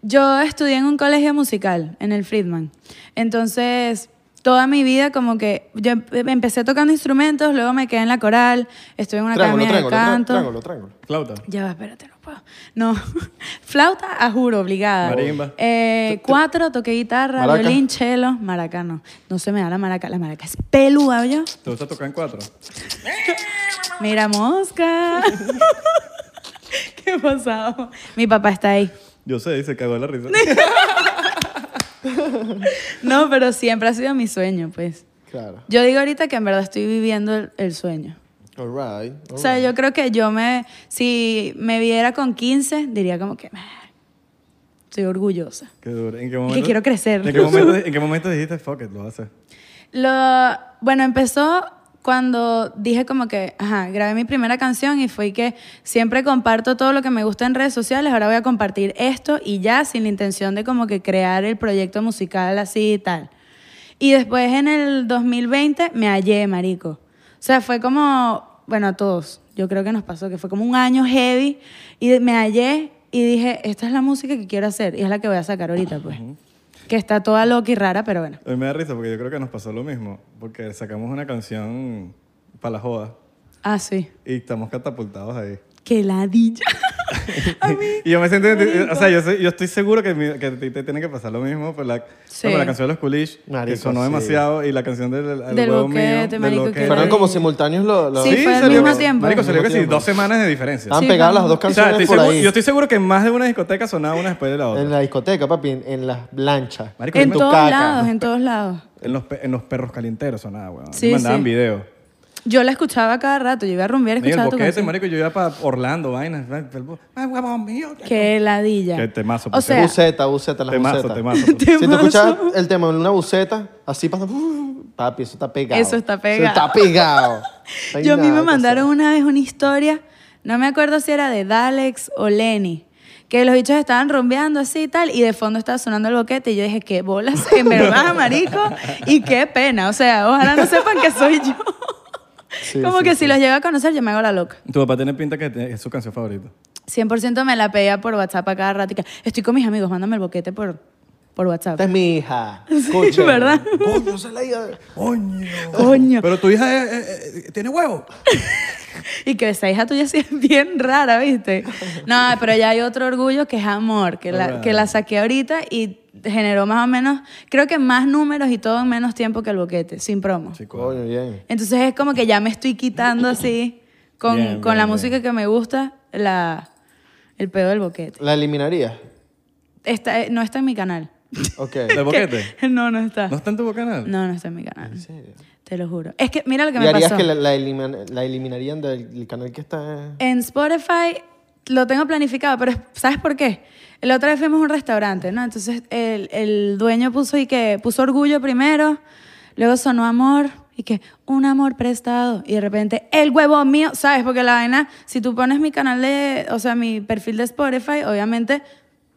B: yo estudié en un colegio musical, en el Friedman. Entonces, toda mi vida como que yo em- empecé tocando instrumentos, luego me quedé en la coral, estuve en una
C: triángulo,
B: academia de
C: triángulo, tra-
B: canto.
C: triángulo, triángulo.
A: Flauta.
B: Ya va, espérate, no puedo. No, flauta, a juro, obligada.
A: Marimba.
B: Eh, cuatro, toqué guitarra,
C: Maraca.
B: violín, cello, maraca no. No se me da la maraca, la maraca es pelúa, yo.
A: ¿Te gusta tocar en cuatro?
B: Mira, mosca. ¿Qué pasado? Mi papá está ahí.
A: Yo sé, y se cagó la risa.
B: No, pero siempre ha sido mi sueño, pues.
C: Claro.
B: Yo digo ahorita que en verdad estoy viviendo el, el sueño.
C: All right. all
B: O sea,
C: right.
B: yo creo que yo me, si me viera con 15, diría como que, "Meh, estoy orgullosa.
A: Qué duro. ¿En qué momento?
B: quiero crecer.
A: ¿En qué momento, en qué momento dijiste, fuck it, lo haces?
B: Lo, bueno, empezó cuando dije como que, ajá, grabé mi primera canción y fue que siempre comparto todo lo que me gusta en redes sociales, ahora voy a compartir esto y ya sin la intención de como que crear el proyecto musical así y tal. Y después en el 2020 me hallé, marico. O sea, fue como, bueno, a todos, yo creo que nos pasó, que fue como un año heavy y de- me hallé y dije, esta es la música que quiero hacer y es la que voy a sacar ahorita, pues. Que está toda loca y rara, pero bueno.
A: Hoy me da risa porque yo creo que nos pasó lo mismo. Porque sacamos una canción para la joda
B: Ah, sí.
A: y estamos catapultados ahí.
B: Qué ladilla.
A: y yo me siento,
B: marico.
A: o sea, yo, soy- yo estoy seguro que, mi- que a ti te tiene que pasar lo mismo por la,
B: Sí.
A: por la canción de los Coolish, que
C: Marico,
A: sonó
C: sí.
A: demasiado, y la canción del, al
B: Del
A: huevo
B: boquete,
A: mío, del
B: marico, que
A: boquete.
B: la
C: Fueron como simultáneos los... los-
B: Sí, fue al
A: salió-
B: mismo tiempo.
A: Marico, salió
C: Al mismo
A: que sí,
C: tiempo.
A: dos semanas de diferencia.
C: Estaban
B: Sí,
C: pegadas
B: vamos.
C: las dos
A: O sea,
C: canciones
A: estoy
C: por
A: seguro-
C: ahí.
A: yo estoy seguro que en más de una discoteca sonaba una después de la otra.
C: En la discoteca, papi, en, en las lanchas.
A: Marico,
B: En
A: yo me-
B: todos
C: caca.
B: lados, en todos lados.
A: En los, pe- en los perros calienteros sonaba, weón.
B: Sí,
A: me mandaban
B: sí.
A: videos.
B: Yo la escuchaba cada rato, yo iba a rumbear y
A: Mira, el
B: escuchaba tu
A: boquete,
B: canción.
A: marico, yo iba para Orlando, vainas. el bo- Ay, huevón mío.
B: Qué heladilla.
A: Qué temazo, pues,
B: O
A: por
B: sea,
C: Buceta, buceta, las
A: Temazo,
C: bucetas.
A: temazo.
C: Si tú
B: Temazo.
C: escuchas el tema en una buceta, así pasa. ¡uh! Papi, eso está pegado.
B: Eso está pegado.
C: Eso está pegado. No hay
B: yo a mí
C: nada
B: me
C: que
B: mandaron
C: hacer.
B: una vez una historia, no me acuerdo si era de Dalex o Lenny, que los bichos estaban rumbeando así y tal, y de fondo estaba sonando el boquete, y yo dije, qué bolas, en verdad, marico, y qué pena, o sea, ojalá no sepan que soy yo.
C: Sí,
B: Como
C: sí,
B: que
C: sí.
B: si los llego a conocer, yo me hago la loca.
A: Tu papá tiene pinta que te- es su canción favorita.
B: 100% me la pedía por WhatsApp a cada rato. y que, Estoy con mis amigos, mándame el boquete por, por WhatsApp.
C: Esta es mi hija. Escuchen.
B: ¿verdad?
C: Coño, se la hija.
A: Coño.
B: Coño.
A: Pero tu
B: eh,
A: hija es- es- es- tiene huevo.
B: Y que esa hija tuya sí es bien rara, ¿viste? No, pero ya hay otro orgullo que es amor, que la, que la saqué ahorita y generó más o menos, creo que más números y todo en menos tiempo que el boquete, sin promo.
C: Coño, bien.
B: Entonces es como que ya me estoy quitando así, con,
A: Bien,
B: con
A: bien,
B: la
A: bien.
B: música que me gusta, la, el pedo del boquete.
C: ¿La eliminaría?
B: Está, eh, no está en mi canal.
C: Ok.
A: ¿El boquete?
B: No, no está.
A: ¿No está en tu canal?
B: No, no está en mi canal.
C: ¿En serio?
B: Te lo juro. Es que mira lo que
C: ¿Y
B: me
C: harías
B: pasó.
C: que la, la elimin- la eliminarían del, del canal que está...?
B: En Spotify lo tengo planificado, pero es- ¿sabes por qué? La otra vez fuimos a un restaurante, ¿no? Entonces el, el dueño puso y que puso orgullo primero, luego sonó amor y que un amor prestado y de repente el huevo mío, ¿sabes? Porque la vaina, si tú pones mi canal de, o sea, mi perfil de Spotify, obviamente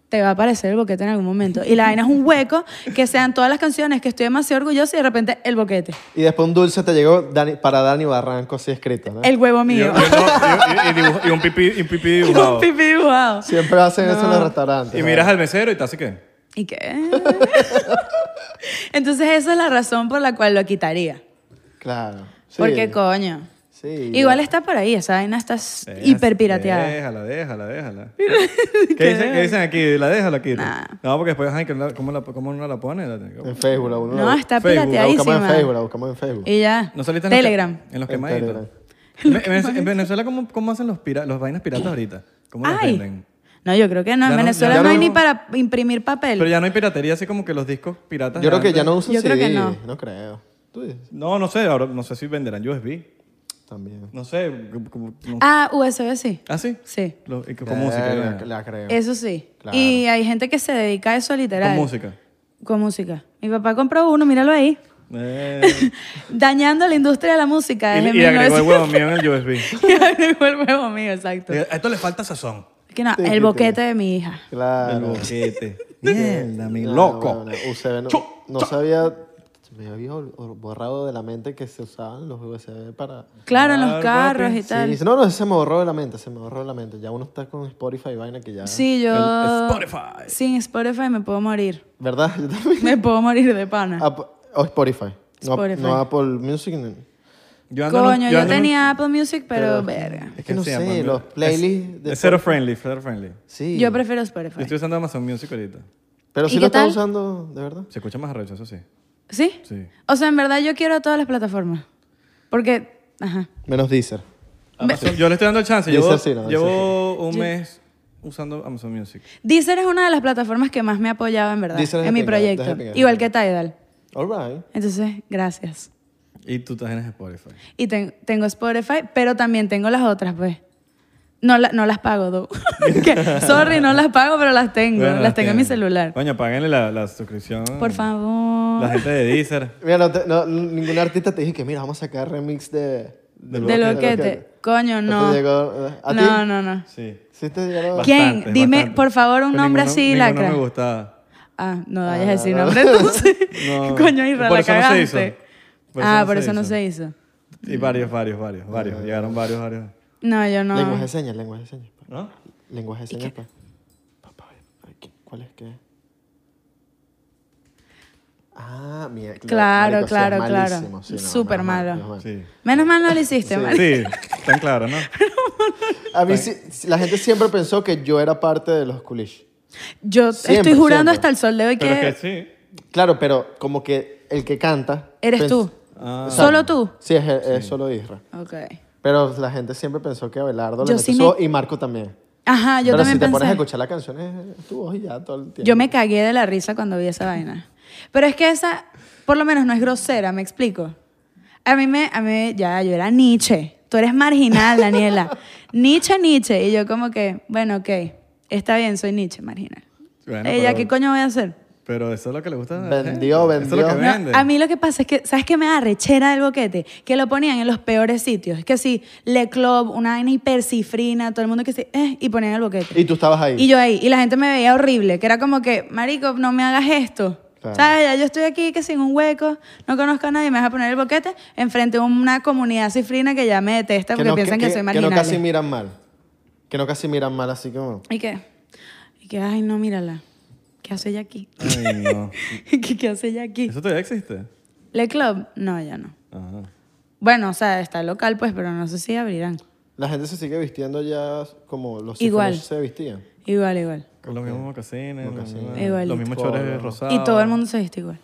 B: te va a aparecer el boquete en algún momento. Y la vaina es un hueco que sean todas las canciones que estoy demasiado orgullosa y de repente el boquete,
C: Y después un dulce te llegó Dani- para Dani Barranco, así escrito, ¿no?
B: el huevo
A: Y, y-
B: mío.
A: no, y- y- y dibujo- y un pipí, y un pipí
B: Y
A: dibujado.
B: un pipí dibujado.
C: Siempre hacen eso en los restaurantes.
A: Y
C: ¿no?
A: miras al mesero y te hace qué.
B: ¿Y qué? Entonces esa es la razón por la cual lo quitaría.
C: Claro. Sí.
B: Porque coño.
C: Sí.
B: Igual está por ahí, esa vaina está s- hiper pirateada.
A: Déjala, déjala, déjala. ¿Qué, dicen, ¿Qué dicen aquí? ¿La deja o la quita?
B: Nah.
A: No, porque después, ay, que la- ¿cómo, la, ¿cómo uno la pone? La-
C: En Facebook, la uno
B: No,
C: la-
B: está
A: Facebook, la
C: La buscamos en Facebook,
B: pirateadísima.
C: la buscamos en Facebook.
B: Y ya.
A: ¿No saliste en los que-
B: Telegram.
A: en los
C: En
A: quemaditos.
C: Telegram.
A: En, en- en Venezuela, ¿cómo, cómo hacen los, pira- los vainas piratas ahorita? ¿Cómo los
B: Ay.
A: venden?
B: No, yo creo que no.
A: Ya
B: En
A: no-
B: Venezuela
A: ya
B: no, hay
C: no-
B: ni para imprimir papel.
A: Pero ya no hay piratería, así como que los discos piratas. de
C: Yo creo que ya
A: antes.
C: no usan
B: Yo creo que
C: CD,
B: no.
C: creo. Tú dices.
A: No, no sé, ahora no sé si venderán USB.
C: También.
A: No sé. como- como- no-
B: Ah, USB sí.
A: ¿Ah, sí?
B: Sí.
A: Lo- y con
C: Eh,
A: música.
C: la,
A: ya.
C: la creo.
B: Eso sí.
C: Claro.
B: Y hay gente que se dedica a eso
A: Con
B: literal.
A: música.
B: Con música. Mi papá compró uno, míralo ahí.
A: Eh,
B: Dañando la industria de la música
A: y,
B: desde
A: y agregó el
B: 1900.
A: huevo mío en el USB.
B: Y agregó el huevo mío, exacto.
A: Eh, A esto le falta sazón.
B: Que no, el boquete de mi hija.
A: El
C: Claro.
A: boquete. Mierda, mi
C: Claro,
A: loco.
C: bueno, UCB no,
A: Chu,
C: no sabía. Me había ol- ol- borrado de la mente que se usaban los USB para.
B: Claro, en los
A: Claro,
B: carros
A: papi.
B: y
C: Sí,
B: tal.
C: dice, no, no, se me borró de la mente, se me borró de la mente. Ya uno está con Spotify y vaina que ya.
B: Sí, yo.
A: El Spotify.
B: Sin Spotify me puedo morir.
C: ¿Verdad? Yo también.
B: Me puedo morir de pana.
C: App- o Spotify. No,
B: Spotify.
C: no Apple Music. no.
A: Yo ando en un-
B: Coño, yo
A: ando en un-
B: tenía Apple Music, pero verga.
C: Es que no sé, los playlists.
A: Es cero friendly, cero friendly.
C: Sí.
B: Yo prefiero
A: Yo
B: Spotify.
A: estoy usando Amazon Music ahorita.
C: Pero
B: ¿Y
C: sí
B: qué
C: lo estás
B: tal?
C: usando, de verdad.
A: Se escucha más arrecho, eso sí.
B: ¿Sí?
A: Sí.
B: O sea, en verdad yo quiero todas las plataformas. Porque, ajá.
C: Menos Deezer.
A: Amazon- yo le estoy dando el chance.
C: Dice
A: Llevo,
C: así, ¿no? Dice
A: llevo un mes usando Amazon Music.
B: Deezer es una de las plataformas que más me ha apoyado, en verdad,
C: Deezer es
B: en mi
C: pinga,
B: proyecto.
C: Deezer es pinga.
B: Igual que Tidal.
C: All right.
B: Entonces, gracias.
A: Y tú estás en Spotify.
B: Y ten- tengo Spotify, pero también tengo las otras, pues. No, la- no las pago, do. Que, Sorry, no las pago, pero las tengo.
A: Bueno,
B: las, tengo en mi
A: tienes.
B: celular.
A: Coño, páguenle la, la suscripción.
B: Por favor.
A: La gente de Deezer.
C: Mira, no te- no, ningún artista te dije que, mira, vamos a sacar remix de...
A: Del
B: De loquete. Coño, no.
C: ¿Te llegó, eh, ¿A ti?
B: No, no, no.
A: Sí.
C: ¿Sí te llegó?
A: Bastante,
B: ¿Quién? Dime,
A: bastante.
B: por favor, un
A: Pero
B: nombre
A: ninguno-
B: así,
A: ninguno
B: lacra.
A: me gustaba.
B: Ah, no vayas a decir nombre entonces.
A: No.
B: Coño, Irra,
A: Por
B: la
A: eso no se
B: cagaste.
A: hizo. Por eso
B: ah,
A: no
B: por
A: se
B: eso no
A: hizo.
B: se hizo.
A: Y varios, varios, varios, varios. Llegaron varios, varios.
B: No, yo no.
C: Lenguaje de señas, lenguaje de señas. pa.
A: ¿No?
C: Lenguaje de señas, pa. Papá, ay, ¿qué- ¿cuál es que es? Ah, mira.
B: Claro,
C: marico, sí, es
B: claro,
C: malísimo,
B: claro.
C: sí, no,
B: Súper
C: menos mal,
B: malo.
C: menos mal.
A: Sí.
B: Menos mal no lo hiciste, mal.
A: Sí, tan claro, ¿no?
C: A mí sí- sí, la gente siempre pensó que yo era parte de los coolish.
B: Yo
C: Siempre,
B: estoy jurando hasta
C: siempre.
B: el sol de hoy
A: Pero
B: que,
A: es que sí.
C: Claro, pero como que el que canta...
B: eres
C: pens-
B: tú.
A: Ah.
B: ¿Solo tú?
C: Sí, es, es solo Isra.
B: Ok.
C: Pero la gente siempre pensó que Abelardo le
B: Yo
C: metió
B: sí
C: su
B: me-
C: voz y Marco también.
B: Ajá, yo
C: pero
B: también
C: si te
B: pensé.
C: pones a escuchar la canción es es tu voz y ya todo el tiempo.
B: Yo me cagué de la risa cuando vi esa vaina. Pero es que esa, por lo menos, no es grosera, me explico. A mí me, a mí, ya, yo era Nietzsche. Tú eres marginal, Daniela. Nietzsche, Nietzsche. Y yo como que, bueno, ok, está bien, soy Nietzsche, marginal.
A: Bueno,
B: Ella,
A: pero-
B: ¿qué coño voy a hacer?
A: Pero eso es lo que le gusta. a la
C: Vendió,
A: gente. Eso es lo
C: vendió.
A: que
C: No,
B: No,
A: vende.
B: a mí lo que pasa es que, ¿sabes qué me da rechera del boquete? Que lo ponían en los peores sitios. Es que sí, Le Club, una vaina hipercifrina, todo el mundo que sí, eh, y ponían el boquete.
C: Y tú estabas ahí.
B: Y yo ahí, y la gente me veía horrible, que era como que, marico, no me hagas esto.
C: Claro.
B: ¿Sabes? Ya yo estoy aquí que sin un hueco, no conozco a nadie, me vas a poner el boquete enfrente de una comunidad cifrina que ya me detesta porque
C: no-
B: piensan que, soy
C: que no
B: marginal.
C: casi miran mal. Que no casi miran mal, así como...
B: ¿Y qué? Y que, ay, no, mírala. ¿Qué hace ella aquí?
A: Ay, no.
B: ¿Qué, qué hace ella aquí?
A: ¿Eso todavía existe?
B: ¿Le Club? No, ya no.
A: Ajá.
B: Bueno, o sea, está local, pues, pero no sé si abrirán.
C: La gente se sigue vistiendo ya como los
B: Igual.
C: Igual. se vestían.
B: Igual, igual.
A: Con los mismos mocasines, los
C: Mocasines.
A: mismos-
B: Igualito.
A: los mismos chores
C: Todo.
A: rosados.
B: Y todo el mundo se viste igual.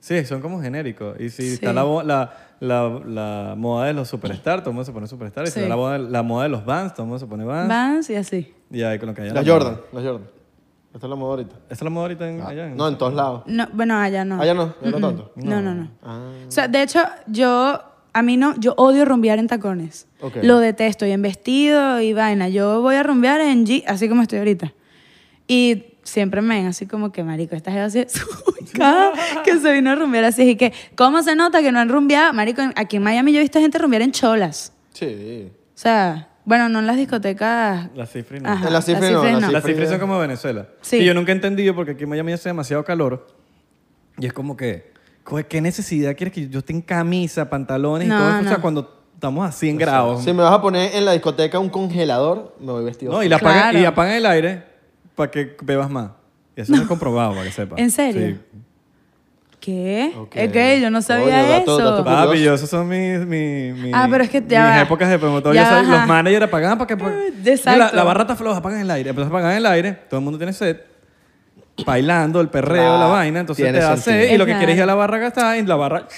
A: Sí, son como genéricos. Y si
B: Sí.
A: está la, bo- la, la, la moda de los superstars, todo el mundo se pone superstar. Y si
B: Sí.
A: está la moda, la moda de los bands, todo el mundo se pone bands.
B: Vans y así.
A: Y ahí con lo que haya.
C: Los
A: la moda.
C: Jordan, los Jordan. Esta es la moda ahorita.
A: ¿Esa es la moda ahorita en,
C: Ah,
A: allá? en-
C: no, en todos lados.
B: No, bueno, allá no.
C: Allá no, allá no
B: Mm-mm.
C: tanto.
B: No, no, no.
C: Ah.
B: O sea, de hecho, yo, a mí no, yo odio rumbear en tacones.
C: Ok.
B: Lo detesto, y en vestido y vaina. Yo voy a rumbear en G, así como estoy ahorita. Y siempre me ven así como que, marico, esta jeva así es ubicada que se vino a rumbear así. Y que, ¿cómo se nota que no han rumbeado? Marico, en- aquí en Miami yo he visto gente rumbear en cholas.
C: Sí.
B: O sea, bueno, no en las discotecas.
A: Las cifras.
B: Ajá,
C: En las cifras no,
B: cifras
C: en las
A: Las
C: cifras.
A: cifras
C: ya-
A: son como Venezuela.
B: Sí.
A: Que yo nunca he entendido porque aquí en Miami hace demasiado calor. Y es como que, co- ¿qué necesidad quieres que yo esté en camisa, pantalones
B: No,
A: y todo eso? O sea,
B: no.
A: cuando estamos a 100 grados.
C: Si me vas a poner en la discoteca un congelador, me voy vestido.
A: No, y, la apagan-
B: Claro.
A: y apagan el aire para que bebas más. Y eso no es comprobado, para que sepas.
B: ¿En serio?
A: Sí.
B: ¿Qué?
C: Ok.
B: Es yo no sabía
C: Oye,
B: eso.
C: dato- dato curioso.
A: Papi, yo, esos son mis, mis, mis-
B: Ah, pero es que
A: mis
B: ya va.
A: épocas de promotor.
B: Ya
A: Yo sabía-
B: va, ajá.
A: los managers apagaban para que... pa-
B: Exacto.
A: La, la barra está floja, apagan el aire. Entonces apagan el aire, todo el mundo tiene sed. Bailando, el perreo,
C: Claro,
A: la vaina. Entonces
C: Ah, tiene
A: te da
C: sentido.
A: sed y lo que
B: Exacto.
A: quieres es ir a la barra gastada y la barra...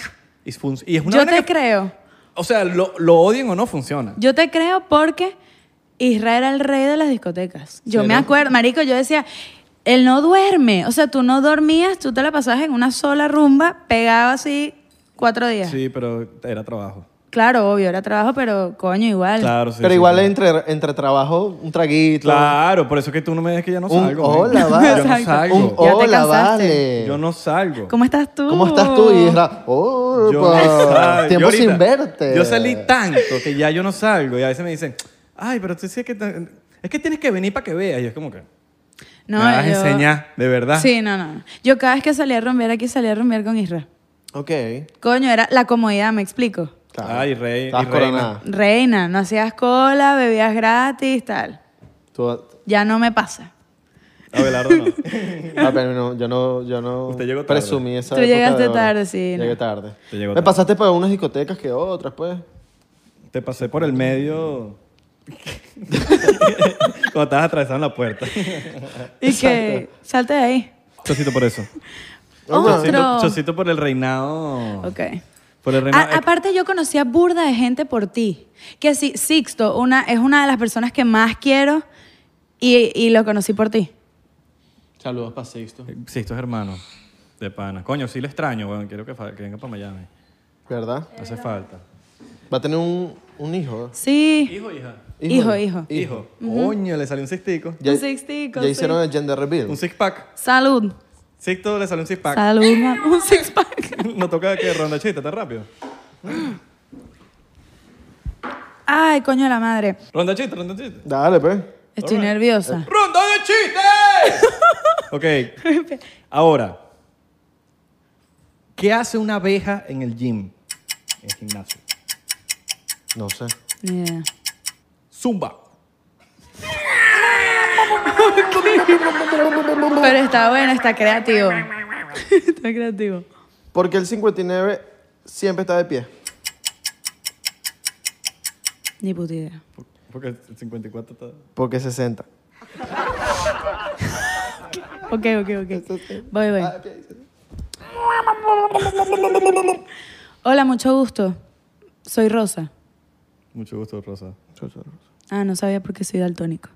A: Y, fun- y es una
B: Yo
A: vaina
B: te
A: que-
B: creo.
A: O sea, lo, lo odien o no, funciona.
B: Yo te creo porque Israel era el rey de las discotecas. Yo
C: Sí,
B: me
C: ¿no?
B: acuerdo, marico, yo decía, él no duerme. O sea, tú no dormías, tú te la pasabas en una sola rumba, pegaba así cuatro días.
A: Sí, pero era trabajo.
B: Claro, obvio, era trabajo, pero coño, igual.
A: Claro, sí.
C: Pero
A: sí,
C: igual
A: sí.
C: entre, entre trabajo, un traguito.
A: Claro, por eso es que tú no me des que ya no
C: Un
A: salgo. man.
C: hola,
A: Yo no
C: vale.
B: Exacto.
A: salgo.
C: Un
B: Ya te
C: hola,
B: cansaste.
C: vale.
A: Yo no salgo.
B: ¿Cómo estás tú?
C: ¿Cómo estás tú? Y Isra,
A: Yo
C: oh,
A: no
C: pa,
A: salgo. Yo
C: tiempo
A: ahorita-
C: sin verte.
A: Yo salí tanto que ya yo no salgo. Y a veces me dicen, ay, pero tú sí es que... te- Es que tienes que venir para que veas. Y es como que...
B: No,
A: me vas
B: yo-
A: a enseñar, de verdad.
B: Sí, no, no. Yo cada vez que salía a romper aquí, salía a romper con Israel.
C: Ok.
B: Coño, era la comodidad, me explico.
C: claro.
A: Ay, rey-
C: Estabas
A: y reina.
C: coronada.
B: Reina, no hacías cola, bebías gratis, tal.
C: Tú-
B: Ya no me pasa.
A: Abelardo no.
C: Ah, pero no, yo no, yo no
A: Usted llegó tarde.
C: presumí esa
B: Tú
C: época
B: llegaste
C: de oro.
B: tarde, sí,
C: Llegué
B: no.
C: tarde.
A: Te llegó
C: Me
A: tarde.
C: pasaste por unas discotecas que otras, pues.
A: Te pasé por el medio... Cuando estabas atravesando la puerta.
B: Y que salte de ahí.
A: Chocito por eso.
B: Otro.
C: Ah.
A: Chocito, chocito por el reinado.
B: Ok. Ah,
A: Por el
B: A-
A: reinado.
B: aparte yo conocí a burda de gente por ti. Que sí, Sixto una, es una de las personas que más quiero y, y lo conocí por ti.
C: Saludos para Sixto.
A: Sí, estos hermanos. De pana. Coño, sí lo extraño, weón. Quiero que, fa- que venga para Miami.
C: ¿Verdad?
A: Hace falta.
C: Va a tener un, un hijo.
B: Sí.
A: Hijo, hija.
B: Hijo, hijo.
A: Hijo. Coño, le salió un cistico.
B: Un sixtico,
C: Ya
B: sí.
C: hicieron el gender reveal.
A: Un six pack.
B: Salud.
A: Sixto le salió un six pack.
B: Salud. ma- Un six pack.
A: no toca que ronda chita, está rápido.
B: Ay, coño de la madre.
A: Ronda chita, ronda chita.
C: Dale, pues.
B: Estoy nerviosa.
A: ¡Ronda de chistes! ok. Ahora. ¿Qué hace una abeja en el gym? En el gimnasio.
C: No sé.
B: Ni idea.
A: Zumba.
B: Pero está bueno, está creativo. está creativo.
C: Porque el 59 siempre está de pie.
B: Ni puta idea.
A: Porque el 54 está...
C: Porque 60.
B: Ok, ok, ok. Voy, voy.
C: Ah,
B: Hola, mucho gusto. Soy Rosa.
A: Mucho gusto, Rosa.
B: Ah, no sabía por qué soy daltónico.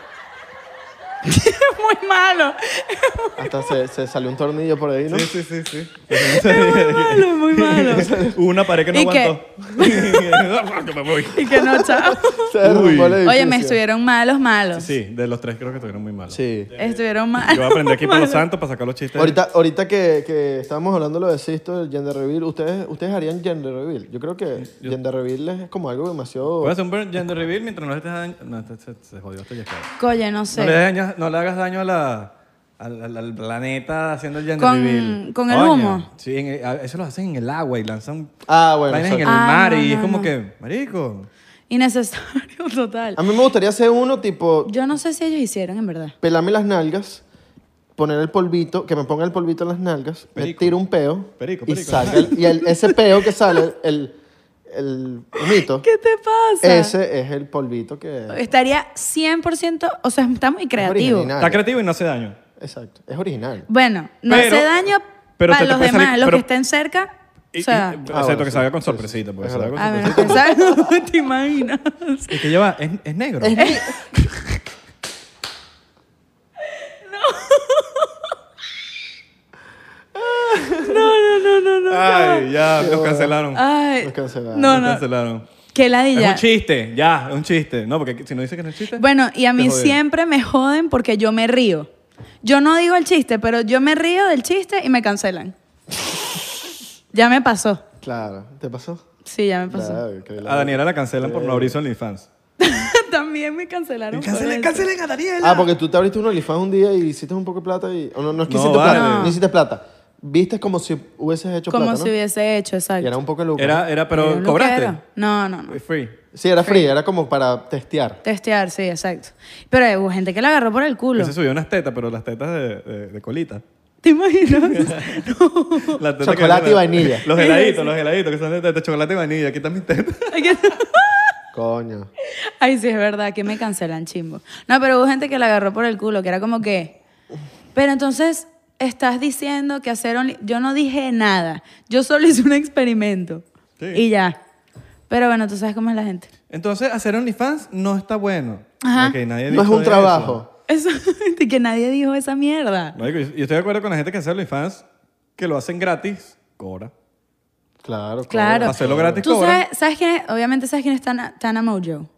B: Muy malo.
C: Hasta se, se salió un tornillo por ahí, ¿no?
A: Sí, sí, sí, sí.
B: Muy malo, muy malo.
A: Hubo una pared que no
B: ¿Y qué?
A: aguantó. Yo me voy.
B: Y que no, chao.
C: Se derrumbó el
B: Oye, me
C: edificio.
B: estuvieron malos, malos.
A: Sí, de los tres creo que estuvieron muy malos.
C: Sí.
B: Estuvieron malos.
A: Yo voy a aprender aquí por los
B: malos.
A: santos para sacar los chistes.
C: Ahorita, ahorita que, que estábamos hablando de lo de Sisto, del gender reveal, ¿ustedes, ustedes harían gender reveal. Yo creo que gender reveal es como algo demasiado...
A: Voy a hacer un buen gender reveal mientras no le estés dañando... No, este- se, se jodió esto ya está.
B: Oye, no sé.
A: No, le dañas- no le hagas daño a la, al, al- al planeta haciendo el gender
B: Con-
A: reveal.
B: con el
A: Coño,
B: humo.
A: Sí, en el- a- eso lo hacen en el agua y lanzan
C: Ah, bueno. Ah,
A: vainas en el
C: exacto.
B: Ah,
A: mar
B: no,
A: y es
B: no,
A: como
B: no.
A: que, marico...
B: Innecesario, total.
C: A mí me gustaría hacer uno tipo
B: Yo no sé si ellos hicieron, en verdad.
C: pelarme las nalgas, poner el polvito, que me ponga el polvito en las nalgas, me
A: Perico.
C: tiro un peo
A: Perico,
C: y
A: perico.
C: saca el- y el- ese peo que sale, el, el humito,
B: ¿Qué te pasa?
C: ese es el polvito que
B: Estaría 100%, o sea, está muy creativo.
C: original.
A: Está creativo y no hace daño.
C: exacto, es original.
B: Bueno, no
A: Pero-
B: hace daño
A: pero
B: para
A: te- te
B: los
A: puede
B: demás,
A: salir-
B: los
A: pero-
B: que estén cerca.
A: Y-
B: o sea,
A: y- excepto
C: Ah, bueno,
A: que
C: sí.
A: salga con
C: Sí, sí.
A: sorpresita, porque
C: Es
A: salga con
B: a ver,
A: sorpresita.
B: ¿sabes? te imaginas.
A: Y que lleva, es, es negro.
B: No, no, no.
A: Ay, ya, nos cancelaron.
B: Ay,
C: Nos cancelaron.
B: Ah, no,
A: Nos
B: no.
A: cancelaron.
B: Qué
A: Es
B: ladilla.
A: un chiste, ya, es un chiste. No, porque si no dice que no es chiste.
B: Bueno, y a mí
A: Te jodieron.
B: siempre me joden porque yo me río. Yo no digo el chiste, pero yo me río del chiste y me cancelan. ya me pasó.
C: Claro, ¿te pasó?
B: Sí, ya me pasó.
C: Claro, que la-
A: A Daniela la cancelan por no abrir su OnlyFans.
B: También me cancelaron. por eso.
A: a Daniela.
C: Ah, porque tú te abriste un OnlyFans un día y hiciste un poco de plata y... o no, no es que
A: No,
C: hiciste plata,
A: vale.
C: no hiciste plata. Viste como si hubieses hecho
B: Como
C: plata,
B: si
C: ¿no?
B: hubiese hecho,
C: Y
B: exacto.
C: era un poco de lucro.
A: Era, eh, era,
B: Era
A: pero
B: un
A: cobraste.
B: loquero. No, no, no.
A: It's Free.
C: Sí, era free, era como para testear.
B: Testear, sí, exacto. Pero hubo gente que la agarró por el culo.
A: Él se subió unas tetas, pero las tetas de, de- de colita.
B: ¿Te imaginas? no.
A: Las tetas que-
C: Chocolate y vainilla.
A: Los heladitos, los heladitos que son de teta, chocolate y vainilla. Aquí están mis tetas.
B: Ay, que-
C: Coño.
B: Ay, sí, es verdad, que me cancelan, chimbo. No, pero hubo gente que la agarró por el culo, que era como que... Pero entonces, estás diciendo que hacer only- Yo no dije nada. Yo solo hice un experimento.
A: Sí.
B: Y ya. Pero bueno, tú sabes cómo es la gente.
A: Entonces, hacer OnlyFans no está bueno.
B: Ajá.
A: Ok, nadie ha
C: No es
A: dicho
C: un
A: eso.
C: trabajo.
B: Eso, y que nadie dijo esa mierda.
A: Marico, yo yo estoy de acuerdo con la gente que hace OnlyFans, que lo hacen gratis, cobra.
C: Claro,
B: Claro.
A: Para hacerlo gratis,
B: ¿Tú
A: cobra.
B: sabes, sabes quién es? Obviamente sabes quién es Tana, Tana Mojo.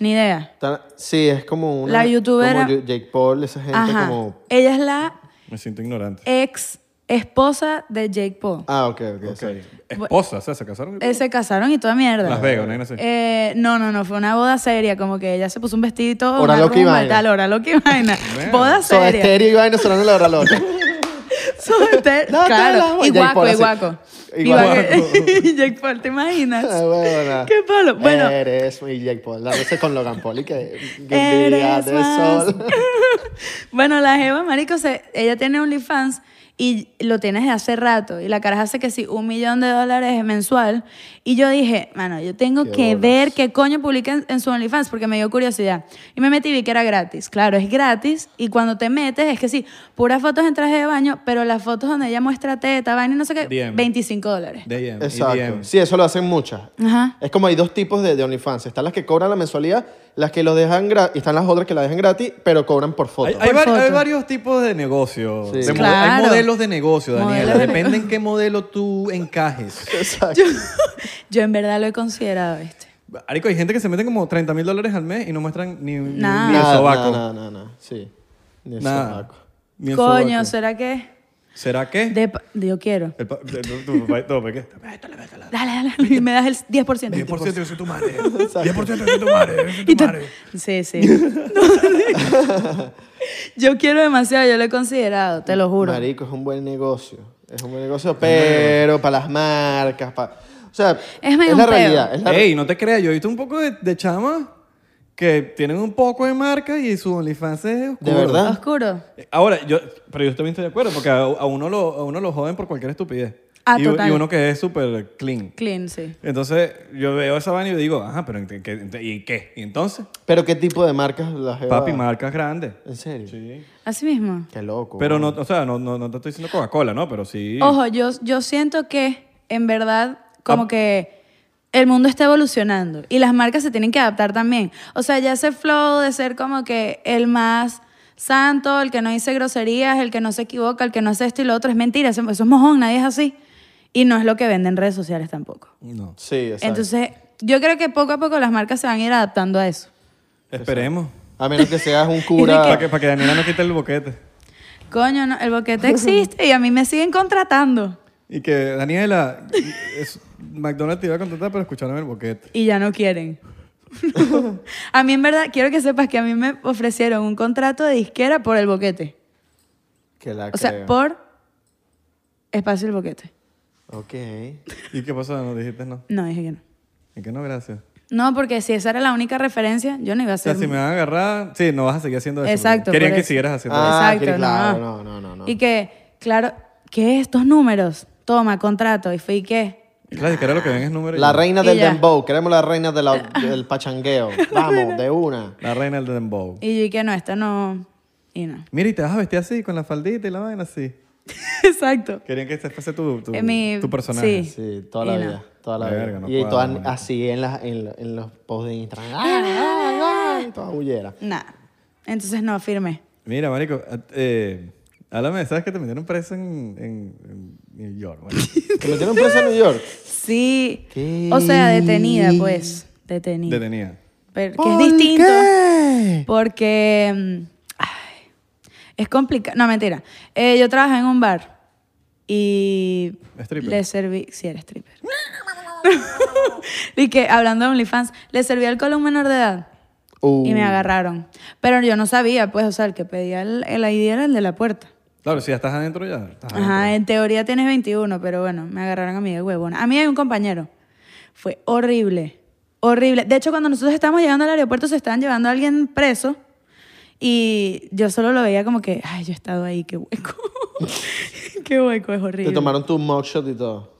B: Ni idea.
C: Tan- Sí, es como una...
B: La youtubera-
C: Como Yu- Jake Paul, esa gente
B: Ajá.
C: como...
B: Ella es la
A: Me siento ignorante.
B: Eh, ex esposa de Jake Paul.
C: Ah, ok, ok.
A: Ok.
C: okay.
A: Esposa, o sea, se casaron.
B: Eh, se casaron y toda mierda.
A: Las Vegas, ¿no? No sé.
B: Eh, no, no, no, fue una boda seria, como que ella se puso un vestidito,
C: Hora
B: una
C: loca y
B: rumba
C: vaina.
B: tal, hora loca y vaina.
A: Bueno.
B: boda
C: So,
B: seria.
C: estéreo y vaina sonando la hora loca.
B: Soda estéreo,
C: La, la,
B: claro,
C: la.
B: y
C: Jake
B: guaco,
C: Paul
B: y
C: así.
B: guaco.
C: Y
B: Y guaco.
C: guaco.
B: Jake Paul, ¿te imaginas?
C: Ah, huevona.
B: Qué palo. Bueno,
C: Eres mi Jake Paul. La veces con Logan Paul y que... que día
B: Eres
C: de
B: más.
C: sol.
B: bueno, la Jeva, marico, se- ella tiene OnlyFans y lo tiene desde hace rato. Y la caraja hace que sí, un millón de dólares mensual. Y yo dije, mano, yo tengo
C: Qué
B: que
C: bolas.
B: ver qué coño publica en, en su OnlyFans porque me dio curiosidad. Y me metí y vi que era gratis. Claro, es gratis. Y cuando te metes, es que sí, puras fotos en traje de baño, pero las fotos donde ella muestra teta, vaina y no sé qué,
A: DM.
B: 25 dólares.
A: DM,
C: Exacto.
A: EDM.
C: Sí, eso lo hacen muchas.
B: Ajá.
C: Es como hay dos tipos de, de OnlyFans. Están las que cobran la mensualidad, las que los dejan gratis, y están las otras que la dejan gratis, pero cobran por foto.
A: Hay, hay
B: Por
A: vari- hay
B: foto.
A: varios tipos de negocios.
C: Sí.
A: De mode-
B: Claro.
A: Hay modelos de negocio, Daniela.
B: Modelos de
A: Depende en qué modelo tú encajes.
C: Exacto.
B: Yo en verdad lo he considerado este.
A: Arico, hay gente que se meten como 30 mil dólares al mes y no muestran ni, ni-
B: Nada.
A: ni el
C: Nada,
A: sobaco.
C: nada, nada, nada. Sí. Ni el
A: Nada.
C: sobaco.
A: Ni el
B: Coño,
A: sobaco.
B: ¿será que?
A: ¿Será que?
B: de pa- yo quiero.
A: El pa- de- tu- tu- pa- no, ¿por qué? Métale, métale.
B: Dale, dale, dale. Y me das el 10%.
A: 10% yo soy tu madre. 10% yo soy tu madre. Yo soy tu
B: Y tú-
A: madre.
B: Sí, sí. No, sí. yo quiero demasiado, yo lo he considerado, te lo juro.
C: Marico, es un buen negocio. Es un buen negocio, pero para las marcas, para... O sea,
B: medio
C: la
B: un peo.
C: realidad. Es la...
A: Ey, no te creas, yo he visto un poco de, de chama que tienen un poco de marca y su OnlyFans es oscuro.
C: verdad? ¿Ah?
B: Oscuro.
A: Eh, Ahora, yo, pero yo también estoy de acuerdo, porque a, a uno, lo, a uno lo joden por cualquier estupidez.
B: Ah,
A: y, u-
B: total.
A: y uno que es súper clean.
B: Clean, sí.
A: Entonces, yo veo esa vaina y yo digo, ajá, pero ¿en qué- qué- ¿y qué? ¿Y entonces?
C: Pero ¿qué tipo de marcas las
A: Papi, marcas grandes.
C: ¿En serio?
A: Sí.
B: Así mismo.
C: Qué loco.
A: Pero no, o sea, no, no, no te estoy diciendo Coca-Cola, ¿no? Pero sí.
B: Ojo, yo, yo siento que en verdad como
A: Ah.
B: que el mundo está evolucionando y las marcas se tienen que adaptar también. O sea, ya ese flow de ser como que el más santo, el que no dice groserías, el que no se equivoca, el que no hace esto y lo otro, es mentira, eso, eso es mojón, nadie es así. Y no es lo que venden redes sociales tampoco.
A: No.
C: Sí, exacto.
B: Entonces, yo creo que poco a poco las marcas se van a ir adaptando a eso.
A: Esperemos.
C: A menos que seas un
A: Para
C: cura.
A: que, para que Daniela no quite el boquete.
B: Coño, no, el boquete existe y a mí me siguen contratando.
A: Y que Daniela, es- McDonald's te iba a contratar, pero escucharon el boquete.
B: y ya no quieren. No. A mí en verdad, quiero que sepas que a mí me ofrecieron un contrato de disquera por el boquete.
C: Que la
B: O sea,
C: Ah, creo.
B: por espacio el boquete.
C: Ok.
A: ¿Y qué pasó? No dijiste no.
B: No, dije que no.
A: ¿Y que no? Gracias.
B: No, porque si esa era la única referencia, yo no iba a
A: O sea,
B: ser...
A: si me van a agarrar, sí, no vas a seguir haciendo eso.
B: Exacto,
A: Querían
B: por
A: que
B: eso.
A: siguieras haciendo
C: Ah,
A: eso.
B: Exacto,
C: que- claro,
B: no.
C: no, no, no, no.
B: Y que, claro, que estos números, toma, contrato, y fui que...
A: Claro, si que ahora lo que ven es número. y-
C: La reina
B: Y
C: del
B: ya.
C: dembow. Queremos la reina de la- del pachangueo. Vamos, de una.
A: La reina del dembow.
B: Y yo y que no, esto no... Y no.
A: Mira, y te vas a vestir así, con la faldita y la vaina así.
B: Exacto.
A: Querían que este fuese tu, tu,
B: Eh, mi-
A: tu personaje.
B: sí.
C: Sí, toda la
B: Y no.
C: vida. Toda la
A: Verga,
C: vida.
A: no
C: y
A: cuadra,
C: todas
A: marico.
C: así en, las en, en los posts de Instagram. Ah, ah, ah, toda bullera.
B: Nada. Entonces no, firme.
A: Mira, marico, a- eh, háblame, ¿sabes que te metieron preso en, en, en New York? bueno.
C: ¿Te metieron preso en New York?
B: Sí.
C: ¿Qué?
B: O sea, detenida, pues. Detenida.
A: detenida.
B: Pero que
C: ¿Por
B: es distinto.
C: qué?
B: Porque mm, ay, es complicado. No, mentira. Eh, yo trabajé en un bar y
A: Stripper.
B: le serví. Sí, era stripper. y que hablando de OnlyFans, le serví alcohol a un menor de edad.
C: Uh,
B: Y me agarraron. Pero yo no sabía, pues, o sea, el que pedía el, el ID era el de la puerta.
A: Claro, si ya estás adentro, ya estás
B: Ajá,
A: adentro.
B: en teoría tienes 21, pero bueno, me agarraron a mí de huevona. A mí hay un compañero. Fue horrible, horrible. De hecho, cuando nosotros estábamos llegando al aeropuerto, se estaban llevando a alguien preso y yo solo lo veía como que, ay, yo he estado ahí, qué hueco. qué hueco, es horrible.
C: Te tomaron tu mugshot y todo.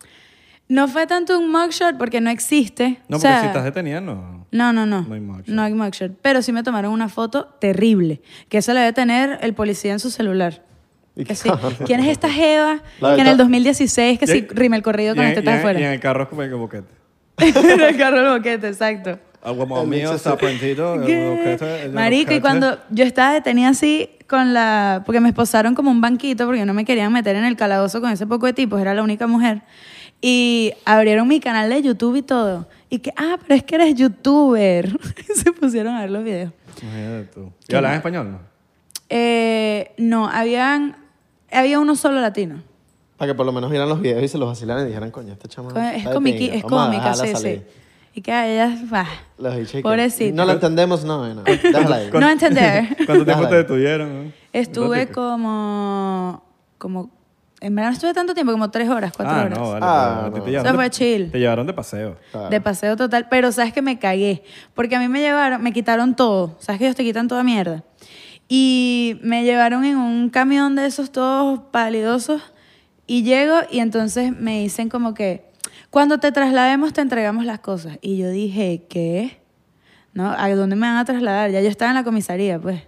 B: No fue tanto un mugshot porque no existe.
A: No,
B: O
A: porque
B: sea,
A: si estás detenida, no.
B: no, no, no.
A: No hay mugshot.
B: No hay mugshot. Pero sí me tomaron una foto terrible. Que esa la debe tener el policía en su celular.
C: ¿Y
B: Que
C: qué?
B: sí. ¿Quién es esta Jeva?
C: La
B: que en el
C: verdad-
B: 2016 que
A: Y-
B: sí rime el corrido con
A: y en-
B: este
A: y en-
B: está afuera.
A: Y en el carro es como el boquete.
B: en el carro del boquete, exacto.
A: Algo
C: El
A: mío,
C: bicho
A: está prendido, el boquete, el de los
B: Marico, y
A: cachetes.
B: cuando yo estaba detenida así con la... Porque me esposaron como un banquito porque no me querían meter en el calabozo con ese poco de tipos, era la única mujer. Y abrieron mi canal de YouTube y todo. Y que, ah, pero es que eres youtuber. Y se pusieron a ver los videos.
A: Imagínate tú. ¿Y hablas en español? No.
B: Eh, no, habían... Había uno solo latino.
C: Para que por lo menos vieran los videos y se los vacilaran y dijeran, coño, esta chama.
B: Co- Es,
C: está de
B: comiqui-
C: pinga.
B: es
C: Vamos a
B: cómica,
C: dejarla
B: sí, sí.
C: salir.
B: Y que a ellas, bah,
C: Los bichos y que-
B: Pobrecita.
C: No la entendemos, no, no. Déjala ahí.
B: No entender.
A: ¿Cuánto tiempo
C: Dale.
A: te detuvieron? no?
B: Estuve
A: Ratico.
B: como, como, en verdad no estuve tanto tiempo, como tres horas, cuatro
A: ah,
B: horas.
A: No, vale,
C: Ah,
A: pero a ti
C: no.
A: te llevaron
B: Eso fue
A: de-
B: chill.
A: Te llevaron de paseo.
C: Claro.
B: De paseo total, pero sabes que me cagué, porque a mí me llevaron, me quitaron todo, sabes que ellos te quitan toda mierda. Y me llevaron en un camión de esos todos palidosos y llego y entonces me dicen como que, cuando te traslademos te entregamos las cosas. Y yo dije, ¿qué? ¿No? ¿A dónde me van a trasladar? Ya yo estaba en la comisaría, pues.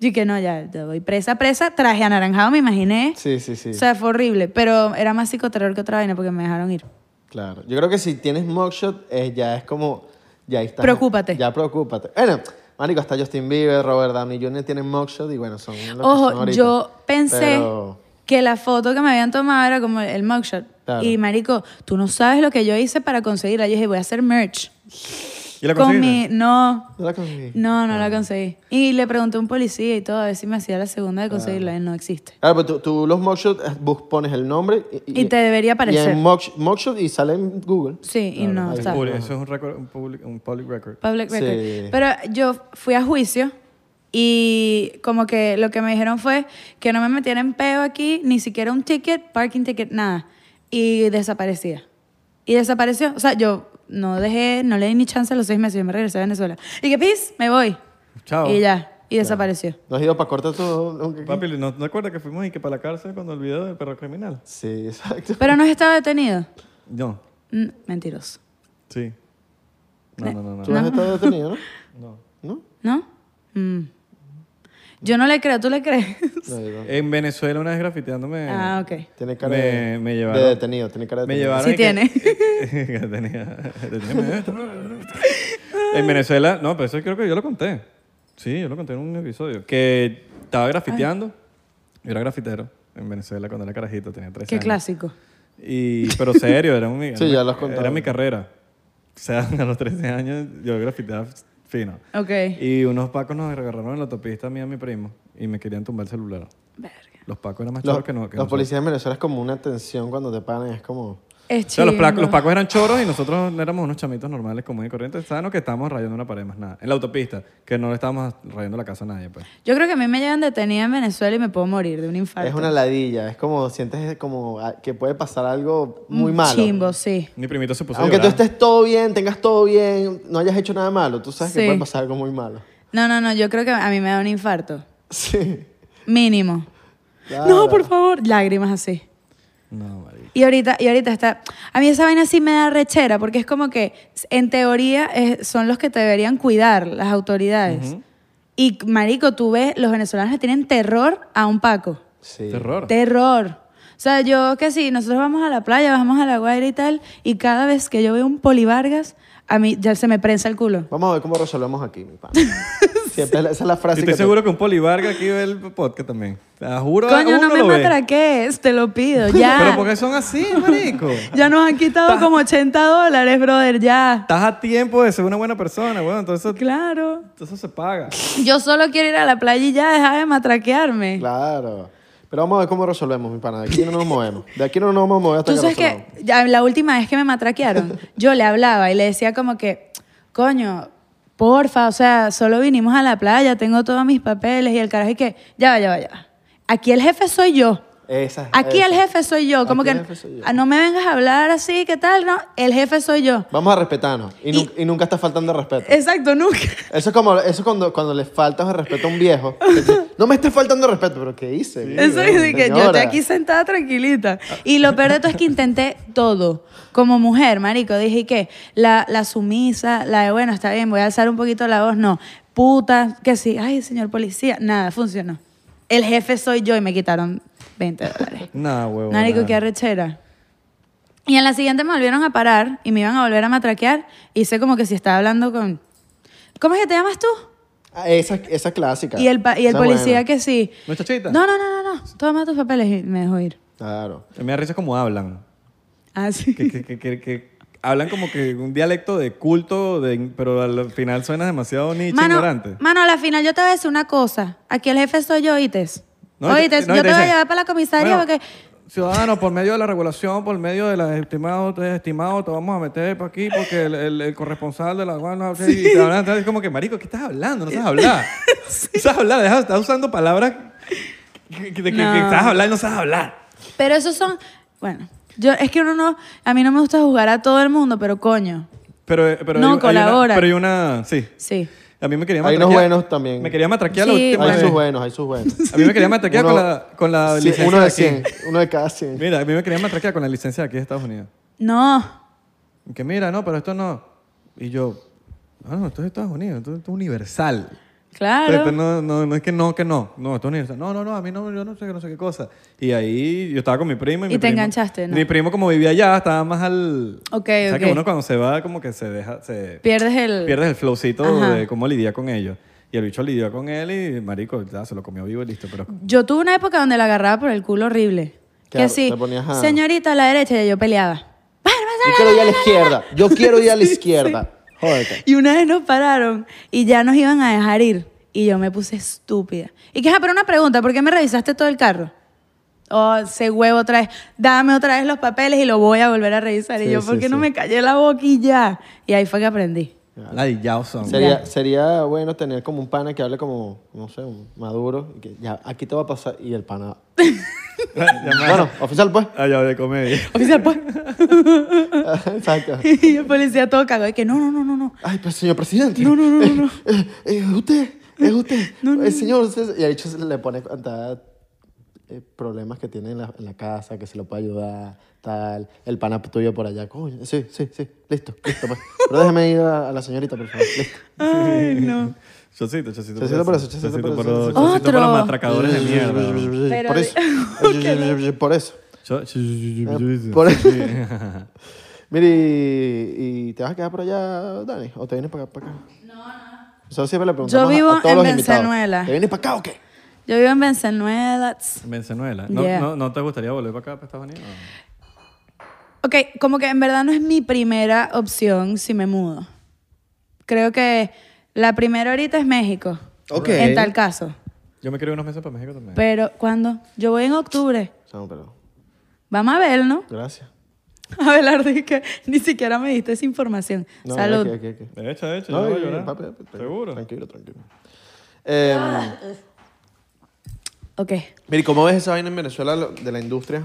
B: Yo que no, ya, ya voy presa, presa, traje anaranjado, me imaginé.
C: Sí, sí, sí.
B: O sea, fue horrible, pero era más psicoterror que otra vaina porque me dejaron ir.
C: Claro. Yo creo que si tienes mugshot, eh, ya es como. Ya está.
B: Preocúpate.
C: Ya preocúpate. Bueno, Marico, hasta Justin Bieber, Robert Downey Jr. tienen mugshot y bueno, son. lo que son
B: Ojo,
C: ahorita.
B: yo pensé
C: Pero-
B: que la foto que me habían tomado era como el mugshot.
C: Claro.
B: Y marico, tú no sabes lo que yo hice para conseguirla. Yo dije, voy a hacer merch.
A: ¿Y la
B: Con
A: conseguiste?
B: mi- No,
C: Yo la conseguí.
B: no, no
C: Ah.
B: la conseguí. Y le pregunté a un policía y todo, a ver si me hacía la segunda de
C: Ah.
B: conseguirla. Y no existe.
C: Claro, pero tú, tú los mugshot eh, bus- pones el nombre
B: Y te debería
C: Y
B: aparecer.
C: en mugsh- mugshot y sale en Google.
B: Sí, y no
A: Es
B: está.
A: público, Eso es un, record, un, public, un public record.
B: Public record.
C: Sí.
B: Pero yo fui a juicio y como que lo que me dijeron fue que no me metieran en peo aquí, ni siquiera un ticket, parking ticket, nada. Y desaparecía. Y desapareció. O sea, yo no dejé, no le di ni chance a los seis meses, yo me regresé a Venezuela. Y que pis, me voy.
A: Chao.
B: Y ya, y desapareció.
C: ¿No has ido para corta todo?
A: Papi, ¿no te acuerdas que fuimos y que para la cárcel cuando el video del perro criminal?
C: Sí, exacto.
B: Pero no estaba detenido.
A: No.
B: Mm, mentiroso.
A: Sí. No, no, no, no.
C: Tú has estado detenido, ¿no?
A: no.
C: ¿No?
B: ¿No? Mm. Yo no le creo, ¿tú le crees?
C: No, yo no.
A: En Venezuela una vez grafiteándome.
B: ah, ok.
C: Tiene cara
A: Me-
C: de,
A: me
C: de
A: llevaron.
C: detenido, tiene cara de
A: Me
C: detenido.
A: llevaron.
B: Sí
A: y que-
B: tiene.
A: que tenía- tenía esto. en Venezuela, no, pero eso creo que yo lo conté. Sí, yo lo conté en un episodio. Que estaba grafiteando. Yo era grafitero en Venezuela cuando era carajito, tenía 13
B: Qué
A: años.
B: clásico.
A: Y, pero serio, era, un,
C: Sí,
A: era-
C: ya lo has contado.
A: era mi carrera. O sea, a los 13 años yo grafiteaba fino.
B: Ok.
A: Y unos pacos nos agarraron en la autopista a mí y a mi primo y me querían tumbar el celular.
B: Verga.
A: Los pacos eran más
C: Los,
A: choros que no. que
C: los
A: nosotros.
C: policías en Venezuela es como una tensión cuando te paran, es como...
B: Es
A: O sea, los, placos,
B: chimbo.
A: los pacos eran choros y nosotros éramos unos chamitos normales, comunes y corrientes, sanos que estábamos rayando una pared más nada. En la autopista, que no le estábamos rayando la casa a nadie, pues.
B: Yo creo que a mí me llevan detenida en Venezuela y me puedo morir de un infarto.
C: Es una ladilla, es como sientes como ah, que puede pasar algo muy
B: Un
C: malo.
B: Mm, Chimbo, sí.
A: Mi primito se puso a
C: Aunque tú
A: llorar.
C: estés todo bien, tengas todo bien, no hayas hecho nada malo, tú sabes que
B: Sí.
C: puede pasar algo muy malo.
B: No, no, no, yo creo que a mí me da un infarto.
C: Sí.
B: Mínimo.
C: claro.
B: No, por favor. Lágrimas así.
A: No, marico.
B: Y ahorita, y ahorita está. A mí esa vaina sí me da rechera, porque es como que, en teoría, es- son los que te deberían cuidar, las autoridades. Y, marico, tú ves, los venezolanos le tienen terror a un Paco.
C: Sí.
A: Terror.
B: Terror. O sea, yo que sí, nosotros vamos a la playa, vamos a la guaira y tal, y cada vez que yo veo un polivargas, a mí ya se me prensa el culo.
C: Vamos a ver cómo resolvemos aquí, mi pana. Siempre es la- esa es la frase
A: Y
C: que
A: estoy
C: te-
A: seguro que un polivarga aquí ve el podcast también. Te juro,
B: Coño,
A: uno
B: no me
A: lo ve.
B: matraques, te lo pido,
A: Pero
B: ya.
A: porque son así, marico.
B: Ya nos han quitado como 80 dólares, brother, ya.
A: Estás a tiempo de ser una buena persona, weón. Entonces,
B: Claro.
A: entonces se paga.
B: Yo solo quiero ir a la playa y ya deja de matraquearme.
C: Claro. Pero vamos a ver cómo resolvemos, mi pana. De aquí no nos movemos. De aquí no nos vamos a mover hasta
B: Tú
C: que
B: sabes
C: resolvamos.
B: que ya la última vez que me matraquearon, yo le hablaba y le decía como que, coño, porfa, o sea, solo vinimos a la playa, tengo todos mis papeles y el carajo y que, ya va, ya va, ya va. Aquí el jefe soy yo.
C: Esa,
B: Aquí
C: esa.
B: el jefe soy yo. Como
C: Aquí
B: que
C: el jefe soy yo.
B: "Ah, no me vengas a hablar así, ¿qué tal? No, el jefe soy yo.
C: Vamos a respetarnos. Y, nu- y nunca está faltando el respeto.
B: Exacto, nunca.
C: Eso es como eso es cuando, cuando le faltas el respeto a un viejo. Dice, no me estés faltando el respeto, pero ¿qué hice?
B: Eso es de que yo estoy
C: Señora.
B: aquí sentada tranquilita. Y lo peor de todo es que intenté todo. Como mujer, marico, dije que la, la sumisa, la de bueno, está bien, voy a alzar un poquito la voz, no. Puta, que sí, ay, señor policía, nada, funcionó. El jefe soy yo y me quitaron 20 dólares.
A: Nah, huevón.
B: Marico,
A: nada.
B: qué arrechera. Y en la siguiente me volvieron a parar y me iban a volver a matraquear. Hice como que si estaba hablando con. ¿Cómo es que te llamas tú?
C: Ah, Esa, esa es clásica.
B: Y el, pa- y el
C: Esa es
B: policía
C: buena.
B: que sí.
A: Muchachita.
B: No, no, no, no, no. Toma tus papeles y me dejó ir.
C: Claro.
A: Me da risa cómo hablan.
B: Ah, sí.
A: que, que, que, que, que hablan como que un dialecto de culto, de, pero al final suena demasiado nicho ignorante.
B: Mano, mano, a la final yo te voy a decir una cosa. Aquí el jefe soy yo, ¿oítes?
A: y te-
B: ¿Oítes?
A: no, y
B: yo te voy a
A: dicen,
B: llevar para la comisaría
A: bueno,
B: porque...
A: Ciudadano, por medio de la regulación, por medio de las estimados, desestimados, te vamos a meter para aquí porque el, el- el corresponsal de la guardia... y te hablan, entonces es como que, marico, ¿qué estás hablando? No sabes hablar. No sabes hablar, deja- estás usando palabras que, que- que-
B: No.
A: que estás hablando y no sabes hablar.
B: Pero esos son... Bueno, yo es que uno no... A mí no me gusta jugar a todo el mundo, pero coño,
A: Pero, eh, pero
B: No,
A: hay- hay,
B: colabora.
A: Una, pero hay una... Sí.
B: sí.
A: A mí me quería
C: Hay unos
A: matraquear-
C: buenos también.
A: Me quería matraquear la
B: Sí,
A: última
B: bueno.
C: Hay
A: vez.
C: sus buenos, hay sus buenos.
A: A mí me quería matraquear con
C: Uno-
A: la, con la
C: Sí,
A: licencia
C: uno
A: de
C: de
A: Ah, aquí.
C: 100. Uno de cada 100.
A: Mira, a mí me querían matraquear con la licencia de aquí de Estados Unidos.
B: No.
A: Y Que mira, no, pero esto no. Y yo, "Ah, no, no, esto es Estados Unidos, esto, esto es universal. Esto
B: Claro.
A: no, no, no es que no, que no. No, esto es universal. No, no, no, a mí no, yo no sé, qué, no sé qué cosa. Y ahí yo estaba con mi primo. Y, mi
B: Y te
A: primo-
B: enganchaste, ¿no?
A: Mi primo, como vivía allá, estaba más al. o
B: Ok,
A: sea,
B: ok.
A: que uno cuando se va, como que se deja. Se,
B: Pierdes el...
A: pierdes el flowcito
B: Ajá.
A: de cómo lidiar con ellos. Y el bicho lidió con él y, marico, ya se lo comió vivo y listo. Pero
B: Yo tuve una época donde la agarraba por el culo horrible.
C: Te
B: Que
C: ar-
B: sí,
C: te ponías a-
B: señorita a la derecha y yo peleaba.
C: Yo quiero ir a la izquierda. Yo quiero ir a la izquierda. Jódete.
B: Y una vez nos pararon y ya nos iban a dejar ir. Y yo me puse estúpida. Y que, ah, pero una pregunta, ¿por qué me revisaste todo el carro? Oh, ese huevo otra vez. Dame otra vez los papeles y lo voy a volver a revisar. y
C: Sí,
B: yo,
C: sí,
B: ¿por qué no
C: sí.
B: me callé la boca y ya? Y ahí fue que aprendí.
A: ladillados son.
C: Sería, sería bueno tener como un pana que hable como, no sé, un maduro. y que ya, aquí te va a pasar. Y el pana bueno, oficial, pues.
A: Ah, ya, de comedia.
B: Oficial, pues.
C: Exacto.
B: y el policía todo cagado. Y que no, no, no, no, no.
C: Ay, pues, señor presidente.
B: No, no, no, no, no.
C: Eh, eh, eh, usted, es usted. el señor. usted- Y el hecho se le pone cuanta eh, problemas que tiene en la, en la casa, que se lo puede ayudar, tal. El pana tuyo por allá. Coño, sí, sí, sí. Listo, listo, pues. Pero déjame ir a, a la señorita, por favor. Listo.
B: Ay, no.
A: Chocito, chocito.
C: Chocito por eso, chocito
A: chocito
C: por
A: por
C: eso,
A: los-
C: chocito
A: chocito por los
B: Otro.
A: matracadores de mierda.
B: Pero-
C: Por eso. Por eso.
A: Cho-
C: Por eso. Mire, ¿y, y te vas a quedar por allá, Dani? ¿O te vienes para acá? Para acá? No, no. Eso siempre le preguntamos a-
B: vivo
C: a todos
B: en
C: los invitados.
B: Venezuela.
C: ¿Te vienes para acá o qué?
B: Yo vivo en Venezuela. tss.
A: Venezuela. ¿No,
B: Yeah.
A: no, ¿No te gustaría volver para acá, para Estados Unidos?
B: Ok, como que en verdad no es mi primera opción si me mudo. Creo que la primera ahorita es México.
C: Ok.
B: En tal caso.
A: Yo me quiero ir unos meses para México también.
B: Pero, ¿cuándo? Yo voy en octubre.
C: No, pero
B: Vamos a ver, ¿no?
C: gracias.
B: Abelardo, y que ni siquiera me diste esa información.
C: No,
B: Salud.
C: Aquí, aquí, aquí.
A: De hecho, de hecho,
C: No,
A: yo no
C: eh,
A: voy a llorar.
C: papi, papi, tranquilo,
A: Seguro.
C: Tranquilo, tranquilo. Eh,
B: Ah. Ok.
C: mire, ¿cómo ves esa vaina en Venezuela lo- de la industria?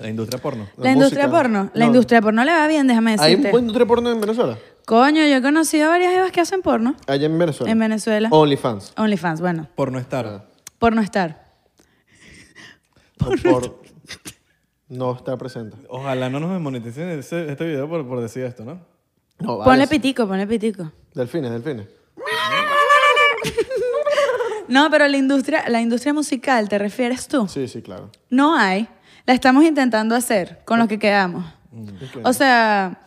A: La industria porno.
B: La,
C: La
B: industria
C: música.
B: porno. La
C: No.
B: industria porno le va bien, déjame
C: ¿Hay
B: decirte.
C: buena industria porno en Venezuela?
B: Coño, yo he conocido a varias evas que hacen porno
C: Allá en Venezuela.
B: en Venezuela.
C: Oh. OnlyFans.
B: OnlyFans, bueno.
A: Porno
C: Ah.
A: estar.
B: Por no estar.
C: No, Por no estar presente.
A: Ojalá no nos moneticen ese- este video por, por decir esto, ¿no?
C: No, vale.
B: Ponle pitico, ponle pitico.
C: Delfines, delfines.
B: No, pero la industria, la industria musical, ¿te refieres tú?
C: Sí, sí, claro.
B: No hay. La estamos intentando hacer con los que quedamos.
C: Mm.
B: O sea,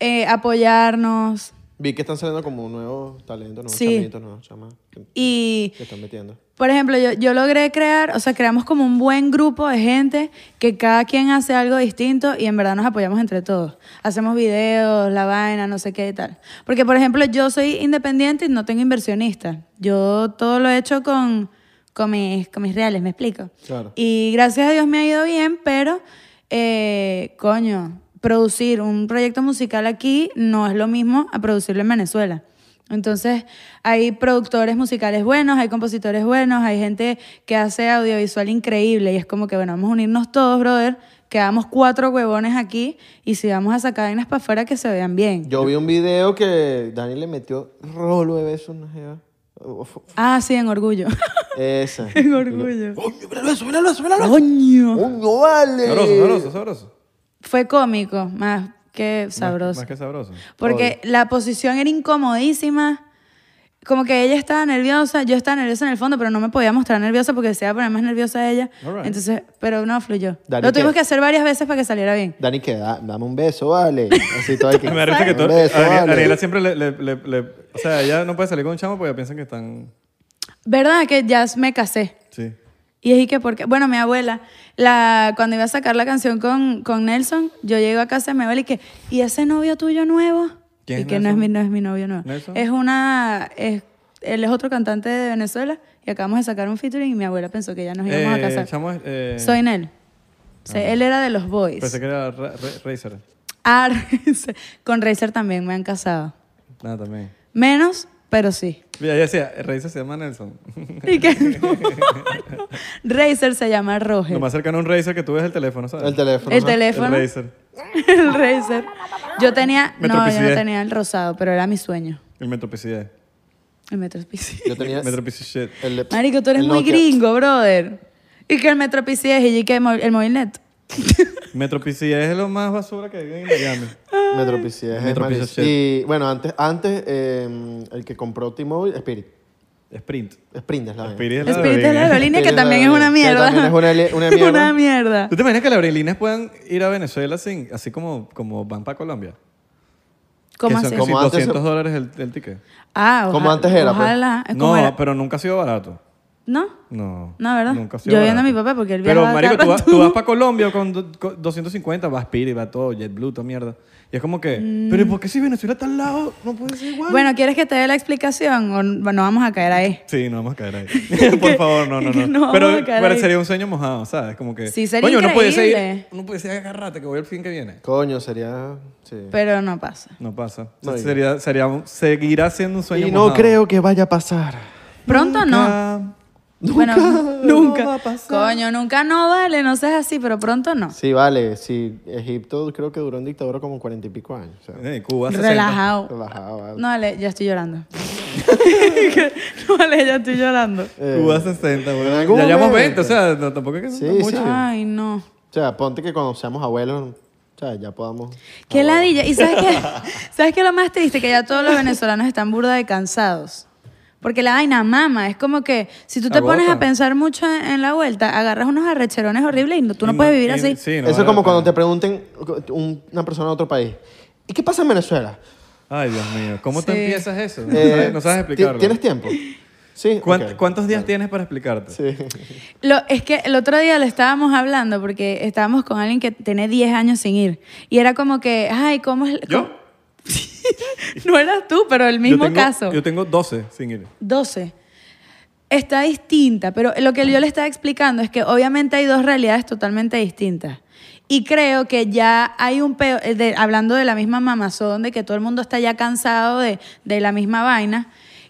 B: eh, apoyarnos
C: Vi que están saliendo como nuevos talentos, nuevos
B: Sí.
C: chamitos, nuevos chamas que,
B: y
C: que están metiendo.
B: Por ejemplo, yo, yo logré crear, o sea, creamos como un buen grupo de gente que cada quien hace algo distinto y en verdad nos apoyamos entre todos. Hacemos videos, la vaina, no sé qué y tal. Porque, por ejemplo, yo soy independiente y no tengo inversionista. Yo todo lo he hecho con, con, mis, con mis reales, ¿me explico?
C: Claro.
B: Y gracias a Dios me ha ido bien, pero, eh, coño, producir un proyecto musical aquí no es lo mismo a producirlo en Venezuela. Entonces, hay productores musicales buenos, hay compositores buenos, hay gente que hace audiovisual increíble y es como que, bueno, vamos a unirnos todos, brother. Quedamos cuatro huevones aquí y si vamos a sacar vainas para afuera que se vean bien.
C: Yo vi un video que Dani le metió rolo de besos a una jeva. O- o fu-
B: Ah, sí, en orgullo.
C: Esa.
B: en orgullo.
C: ¡Coño, míralo eso, míralo eso, míralo eso!
B: ¡Coño!
C: ¡Coño, vale!
A: Sabroso, sabroso, sabroso.
B: Fue cómico, más que
A: Más,
B: sabroso.
A: más que sabroso.
B: Porque la posición era incomodísima. Como que ella estaba nerviosa, yo estaba nerviosa en el fondo, pero no me podía mostrar nerviosa porque se iba a poner más nerviosa ella.
A: Alright.
B: Entonces, pero no fluyó.
C: Dani,
B: Lo tuvimos
C: ¿qué?
B: que hacer varias veces para que saliera bien.
C: Dani, que da- dame un beso, vale. Así todo aquí.
A: Me da risa que
C: Un
A: todo.
C: beso,
A: Adri-
C: vale.
A: Ariela siempre le, le- le- le- O sea, ella no puede salir con un chamo porque piensan que están.
B: ¿Verdad que ya me casé?
A: Sí.
B: Y es que porque, bueno, mi abuela, la, cuando iba a sacar la canción con, con Nelson, yo llego a casa de mi abuela y que, ¿y ese novio tuyo nuevo?
A: ¿Quién
B: y
A: es
B: que no es,
A: Nelson?
B: mi, no es mi novio nuevo.
A: ¿Nelson?
B: Es una, es- él es otro cantante de Venezuela y acabamos de sacar un featuring y mi abuela pensó que ya nos íbamos
A: Eh,
B: a casar.
A: chamo es, eh,
B: Soy Nel. O sea, él era de los boys.
A: Pensé que era Ra- Ra- Razer.
B: Ah, Razer. con Razer también me han casado.
A: Nada, también.
B: Menos, pero sí.
A: Mira, ella decía, Razer se llama Nelson.
B: Y que no, no. Razer se llama Roger.
A: Lo más cercano a un Razer que tú ves es el teléfono, ¿sabes?
C: El teléfono.
B: El
C: ¿no?
A: El
B: teléfono.
A: Razer.
B: El Razer. Yo tenía.
A: Me
B: no, yo
A: tropecé.
B: no tenía el rosado, pero era mi sueño.
A: El Metro PC.
B: El Metro PC.
C: Yo tenía
A: Metro PC shit.
C: el de-
B: Marico, tú eres
C: el
B: muy
C: Nokia.
B: gringo, brother. Y que el Metro PC es y que el, mo- el Movilnet.
A: Metro PC es lo más basura que hay en Miami.
C: Metro PCS,
A: Metro
C: marico.
A: PCS.
C: Y bueno, antes, antes eh, el que compró T-Mobile, Spirit.
A: Sprint.
C: Sprint es la vaina.
A: Spirit es la
B: Spirit es la
A: aerolínea.
B: aerolínea que
C: Spirit es la
B: también es una
C: aerolínea, que
B: mierda.
C: también es una li- una mierda.
B: Una mierda.
A: ¿Tú te imaginas que las aerolíneas puedan ir a Venezuela sin, así como, como van para Colombia? que
B: ¿Cómo
A: son
B: así?
A: casi
C: Como antes
A: 200
C: se-
A: dólares el, el ticket.
B: Ah, ojalá.
C: Como antes era, pues.
B: Ojalá. Ah, es como
A: No,
B: era.
A: pero nunca ha sido barato.
B: ¿No?
A: No.
B: No, ¿verdad?
A: Nunca ha sido
B: Yo viendo a
A: barato.
B: mi papá porque él
A: Pero,
B: viajaba
A: marico,
B: cada
A: tú vas,
B: rato.
A: tú vas para Colombia con, do- con 250, vas Spirit, va todo, JetBlue, toda mierda. Y es como que, pero ¿y por qué si Venezuela está al lado no puede ser igual?
B: Mm. Bueno, ¿quieres que te dé la explicación o no bueno, vamos a caer ahí?
A: Sí, no vamos a caer ahí. Por favor, no, no,
B: que
A: no.
B: no vamos
A: pero
B: a caer
A: pero
B: ahí.
A: sería un sueño mojado, ¿sabes? Como que.
B: Sí, sería
A: Coño, uno pudiese ir.
B: increíble.
A: Uno pudiese ir agarrate que voy el fin que viene.
C: Coño, sería... Sí.
B: Pero no pasa.
A: No pasa.
C: No,
A: Se-
C: y-
A: sería, sería un- seguirá siendo un sueño
C: Y
A: mojado.
C: no creo que vaya a pasar.
B: Pronto no.
A: Nunca
B: Bueno, nunca.
A: va a pasar.
B: Coño, nunca no vale, no seas así, pero pronto no.
C: Sí, vale. Sí, Egipto creo que duró en dictadura como cuarenta y pico años. o sea,
A: Eh, Cuba, 60.
B: Relajado.
C: relajado, vale.
B: No vale, ya estoy llorando. no vale, ya estoy llorando.
C: Eh,
A: Cuba 60,
C: en
A: bueno.
C: algún
A: Ya llevamos
C: momento.
A: 20, o sea, no- tampoco es que
C: Sí,
A: sea mucho.
C: sí. Ah,
B: Ay, no.
C: O sea, ponte que cuando seamos abuelos, o sea, ya podamos...
B: Qué ladilla. ¿Y sabes qué? ¿Sabes qué es lo más triste? Que ya todos los venezolanos están burda de cansados. Porque la vaina mama. Es como que si tú te pones a
A: Agota.
B: pensar mucho en, en la vuelta, agarras unos arrecherones horribles y no- tú no
A: Y
B: puedes vivir
A: y-
B: así.
A: Sí, no
C: Eso
A: vale
C: es como
A: la
C: cuando te
A: pena.
C: pregunten un- una persona de otro país. ¿Y qué pasa en Venezuela?
A: Ay, Dios mío. ¿Cómo
B: Sí.
A: te empiezas eso? No
C: Eh,
A: sabes- no sabes
C: ti-
A: explicarlo.
C: ¿Tienes tiempo? Sí.
A: ¿Cuán-
C: ok.
A: ¿Cuántos días tienes para explicarte?
C: Sí.
B: Lo, es que el otro día lo estábamos hablando porque estábamos con alguien que tiene 10 años sin ir. Y era como que, ay, ¿cómo es?
A: ¿Yo?
B: cómo- No eras tú, pero el mismo
A: yo tengo,
B: caso.
A: Yo tengo 12 sin ir.
B: 12. Está distinta, pero lo que yo le estaba explicando es que obviamente hay dos realidades totalmente distintas. Y creo que ya hay un peo, eh, de- hablando de la misma mamazón, de que todo el mundo está ya cansado de, de la misma vaina,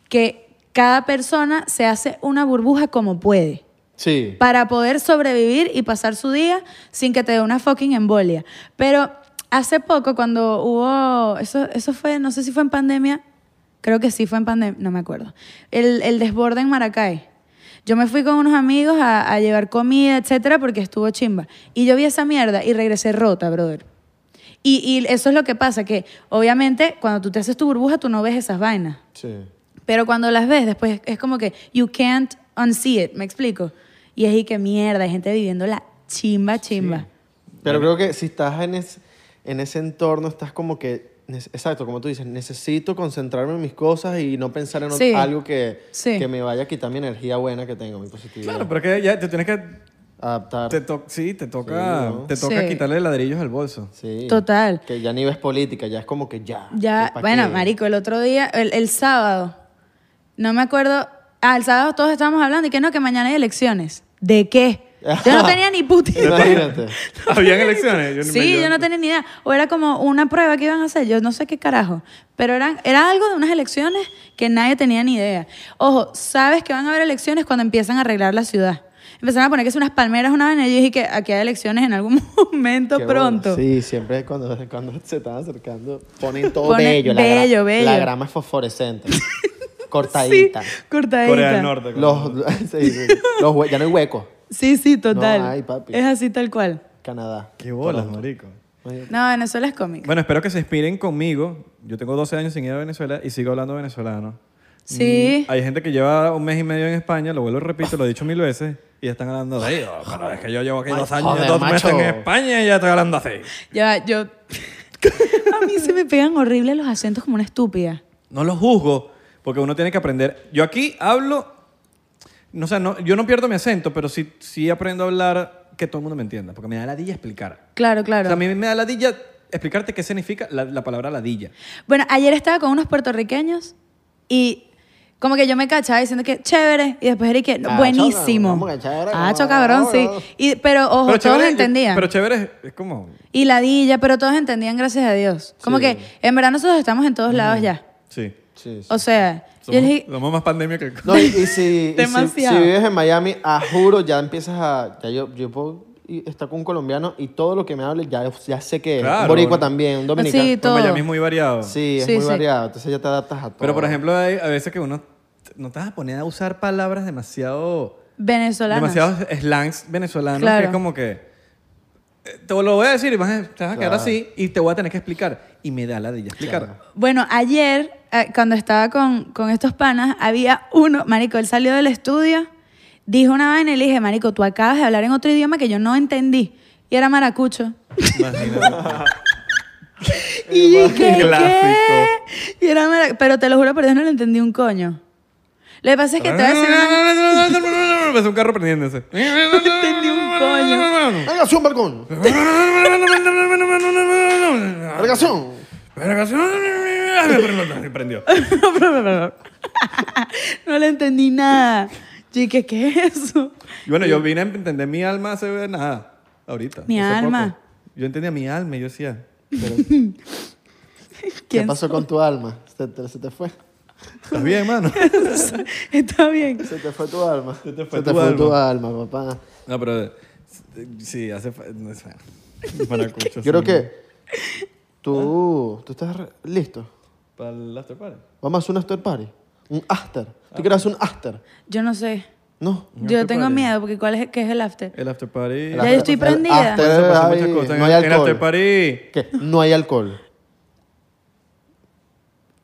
B: que cada persona se hace una burbuja como puede
C: Sí.
B: para poder sobrevivir y pasar su día sin que te dé una fucking embolia. Pero hace poco cuando hubo, eso, eso fue, no sé si fue en pandemia, creo que sí fue en pandemia, no me acuerdo, el, el desborde en Maracay. Yo me fui con unos amigos a, a llevar comida, etcétera, porque estuvo chimba. Y yo vi esa mierda y regresé rota, brother. Y, y eso es lo que pasa, que obviamente cuando tú te haces tu burbuja, tú no ves esas vainas.
C: Sí.
B: Pero cuando las ves después es como que you can't unsee it, ¿me explico? Y es y que mierda, hay gente viviendo la chimba, chimba.
C: Pero creo que si estás en, es- en ese entorno, estás como que... nes- Exacto, como tú dices, necesito concentrarme en mis cosas y no pensar en ot-
B: Sí.
C: algo que,
B: Sí.
C: que me vaya a quitar mi energía buena que tengo, mi positividad.
A: Claro, pero es que ya te tienes que...
C: Adaptar.
A: Te to- sí, te toca,
C: Sí, ¿no?
A: te toca
B: Sí.
A: quitarle ladrillos al bolso.
C: Sí.
B: Total.
C: Que ya ni ves política, ya es como que ya.
B: Ya,
C: ¿qué pa'
B: bueno,
C: qué?
B: marico, el otro día, el, el sábado, no me acuerdo, ah, el sábado todos estábamos hablando y que no, que mañana hay elecciones. ¿De qué? Yo no tenía ni puta idea.
C: Imagínate.
A: ¿Habían elecciones? ni me-
B: Sí, yo no tenía ni idea. O era como una prueba que iban a hacer, yo no sé qué carajo. Pero eran, era algo de unas elecciones que nadie tenía ni idea. Ojo, sabes que van a haber elecciones cuando empiezan a arreglar la ciudad. Empezaron a poner que son unas palmeras, una vaina, y yo dije que aquí hay elecciones en algún momento
C: Qué bola.
B: pronto.
C: Sí, siempre cuando, cuando se están acercando ponen todo
B: Ponen
C: bello. La, gra-
B: bello, bello.
C: la grama es fosforescente.
B: Sí,
C: cortadita.
B: cortadita.
A: Corea del Norte. Corea del
C: Los, sí, sí. Los hue- ya no hay hueco.
B: Sí, sí, total.
C: No hay, papi.
B: Es así tal cual.
C: Canadá.
A: Qué bolas,
C: Toronto.
A: marico.
B: No, Venezuela es cómica.
A: Bueno, espero que se inspiren conmigo. Yo tengo 12 años sin ir a Venezuela y sigo hablando venezolano.
B: Sí.
A: Hay gente que lleva un mes y medio en España, lo vuelvo a repito, lo he dicho mil veces, y ya están hablando así. Oh, pero es que yo llevo aquí dos años,
C: Joder,
A: dos meses
C: macho.
A: en España y ya estoy hablando así.
B: Ya, yo... a mí se me pegan horrible los acentos como una estúpida.
A: No los juzgo, porque uno tiene que aprender. Yo aquí hablo, no, o sea, no, yo no pierdo mi acento, pero sí, sí aprendo a hablar que todo el mundo me entienda, porque me da ladilla explicar.
B: Claro,
A: O
B: claro.
A: sea, a mí me da ladilla explicarte qué significa la, la palabra ladilla.
B: Bueno, ayer estaba con unos puertorriqueños y como que yo me cachaba diciendo que chévere y después era y que
C: Ah,
B: buenísimo.
C: choca, vamos que chévere,
B: ah,
C: como-
B: chocabrón, sí. Y, pero ojo, todos
A: chévere,
B: entendían.
A: Pero chévere es- es como...
B: y ladilla, pero todos entendían, gracias a Dios. Como
C: Sí.
B: que en verdad nosotros estamos en todos lados ya.
A: Sí.
C: Sí, sí.
B: O sea, yo
A: Somos,
B: les dije,
A: somos más pandemia que...
C: No, y, y si, y si-
B: Demasiado.
C: si vives en Miami, a juro, ya empiezas a. Ya yo, yo puedo y- estar con un colombiano y todo lo que me hable, ya, ya sé que es. un
A: Claro,
C: boricua
A: bueno.
C: también, un dominicano.
B: Sí,
C: Sí,
A: Pero Miami
B: todo.
A: es muy variado.
C: es
B: Sí,
C: muy
B: sí.
C: variado. Entonces ya te adaptas a todo.
A: Pero, por ejemplo, hay a veces que uno... No te vas a poner a usar palabras demasiado...
B: venezolanos.
A: Demasiados slangs venezolanos
B: Claro.
A: que es como que... eh, Te lo voy a decir y vas a, te vas a quedar
C: Claro.
A: así y te voy a tener que explicar. Y me da la de ya explicar.
B: Bueno, ayer, eh, cuando estaba con, con estos panas, había uno, Marico, él salió del estudio, dijo una vaina y le dije, Marico, tú acabas de hablar en otro idioma que yo no entendí. Y era maracucho.
A: Imagínate.
B: Y yo dije, ¿qué?
A: Clásico.
B: Y era marac- Pero te lo juro, por Dios, no lo entendí un coño. Lo que pasa es que te voy a decir una...
A: Es un carro prendiéndose.
B: entendí un coño.
C: ¡Regación, balcón! ¡Regación!
A: Prendió.
B: no le entendí nada. Yo dije, ¿qué es eso?
A: Y bueno, yo vine a entender mi alma hace ve- nada, ahorita.
B: Mi
A: hace
B: alma.
A: poco. Yo entendía mi alma y yo decía,
C: Pero, ¿Qué
B: ¿Quién
C: pasó con tu alma? ¿Se te, se te fue?
A: ¿Estás bien, mano?
B: Está bien.
C: Se te fue tu alma. Se
A: te fue tu alma.
C: alma, papá.
A: No, pero eh, sí, hace falta... Maracucho.
C: Yo creo que tú, tú estás re- listo.
A: ¿Para el after party?
C: Vamos a hacer un after party. Un after. ¿Tú quieres hacer un after?
B: Yo no sé.
C: No.
A: No
B: Yo
A: te
B: tengo
A: pares.
B: miedo porque ¿cuál es, qué es el after?
A: El after party...
B: Ya yo estoy
C: El
B: prendida.
C: after
A: Se pasan
C: hay-
A: muchas cosas.
C: no
A: en, el-
C: hay
A: en after
C: alcohol.
A: party
C: ¿Qué? No hay alcohol.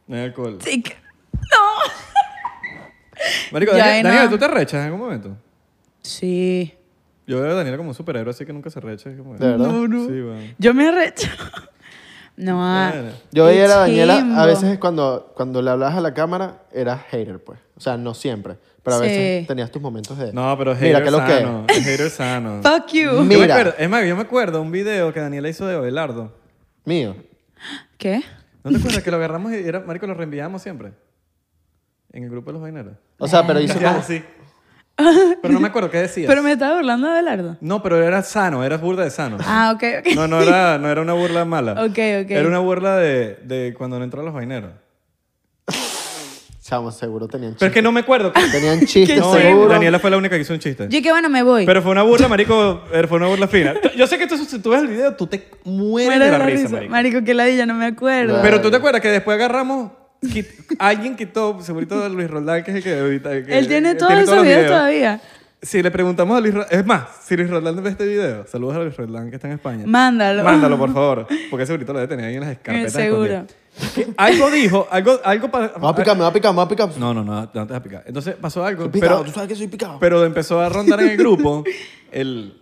A: no hay alcohol.
B: Sí. que-
A: Marico,
B: Ya,
A: Daniel,
B: no.
A: Daniel, ¿tú te rechas en algún momento?
B: Sí.
A: Yo veo a Daniel como un superhéroe, así que nunca se recha. es como-
C: De verdad.
B: No, no.
A: Sí, bueno.
B: Yo me arrecho. No, ah.
A: Bueno.
C: Yo
B: qué
C: veía a la
B: chimbo.
C: Daniela, a veces cuando, cuando le hablabas a la cámara, eras hater, pues. O sea, no siempre. Pero a
B: Sí.
C: veces tenías tus momentos de.
A: No, pero hater
C: Mira, que lo
A: sano.
C: que.
A: es Hater sano.
B: Fuck you.
A: Yo me
C: Mira.
A: acuerdo- es más, yo me acuerdo un video que Daniela hizo de Abelardo.
C: Mío.
B: ¿Qué?
A: ¿No te acuerdas que lo agarramos y era, marico, lo reenviábamos siempre? En el grupo de los vaineros.
C: O sea, pero hizo.
A: Ya,
C: como-
A: sí. Pero no me acuerdo qué decías.
B: Pero me estaba burlando de Belardo.
A: No, pero era sano, eras burda de sano.
B: Ah, ok, ok.
A: No, no era, no era una burla mala.
B: Ok, ok.
A: Era una burla de, de cuando no entró a los vaineros.
C: Chamo, seguro tenían
A: Pero
C: chistes.
A: es que no me acuerdo.
C: Tenían chistes,
A: No,
C: Ah, seguro.
A: Daniela fue la única que hizo un chiste.
B: Yo que bueno, me voy.
A: Pero fue una burla, marico, eh, fue una burla fina. Yo sé que tú, si tú ves el video, tú te mueres
B: Muero
A: de la, risa, marico.
B: que la no me acuerdo.
C: Claro.
A: Pero tú te acuerdas que después agarramos, quit- alguien quitó, segurito Luis Roldán, que es el que ahorita... que-
B: Él tiene
A: él
B: todos esos
A: los
B: videos, todavía.
A: Si le preguntamos a Luis Roldán, es más, si Luis Roldán ve este video, saludos a Luis Roldán que está en España.
B: Mándalo. Eh,
A: Mándalo, por favor, porque segurito lo debe tener ahí en las escarpetas.
B: seguro.
A: escondidas. Que Algo dijo, algo, algo para...
C: Me va a picar, me va a picar, me va a picar.
A: No, no, no, no te vas a picar. Entonces pasó algo,
C: Soy picado,
A: pero,
C: tú sabes que soy picado.
A: pero empezó a rondar en el grupo el...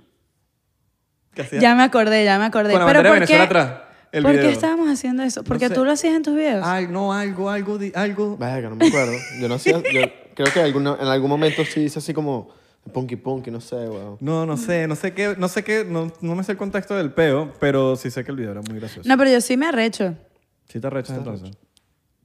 A: que hacía-
B: Ya me acordé, ya me acordé.
A: Con la
B: Pero
A: bandera de
B: ¿por qué?
A: Venezuela atrás, el
B: ¿Por
A: video.
B: qué estábamos haciendo eso? Porque
A: sé.
B: tú lo hacías en tus videos.
A: Ay, no, algo, algo, di- algo...
C: Verga, no me acuerdo. Yo no hacía. Yo creo que alguno- en algún momento sí hice así como. Punky punky, no sé, weón.
A: No, no sé, no sé qué, no sé qué, no, no me sé el contexto del peo, pero sí sé que el video era muy gracioso.
B: No, pero yo sí me arrecho.
A: ¿Sí te arrechas entonces?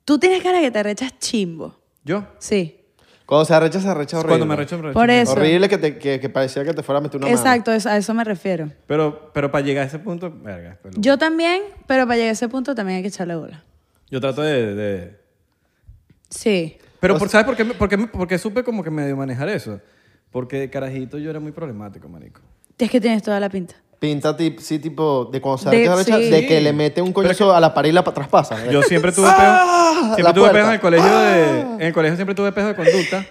B: Tú tienes cara que te arrechas chimbo.
A: ¿Yo?
B: Sí.
C: Cuando se arrecha, se arrecha horrible.
A: Cuando me arrecho, me arrecho.
B: Por eso.
C: Horrible que, te, que, que parecía que te fuera a meter una mano.
B: Exacto, eso- a eso me refiero.
A: Pero, pero para llegar a ese punto, verga. pelo.
B: Yo también, pero para llegar a ese punto también hay que echarle bola.
A: Yo trato de... de-
B: Sí.
A: Pero, por, ¿sabes por qué, me- por, qué, me- por qué supe como que medio manejar eso? Porque de carajito yo era muy problemático, marico.
B: Es que tienes toda la pinta.
C: Pinta tip, sí, tipo, de cuando se
B: De-
C: arrecha, se arrecha,
B: sí.
C: de que le mete un coñazo a la pared y la pa- traspasa. ¿eh?
A: Yo siempre tuve peos,
C: ¡Ah!
A: siempre
C: La
A: tuve
C: puerta. Ah.
A: peos en el colegio de, en el colegio siempre tuve peos de conducta,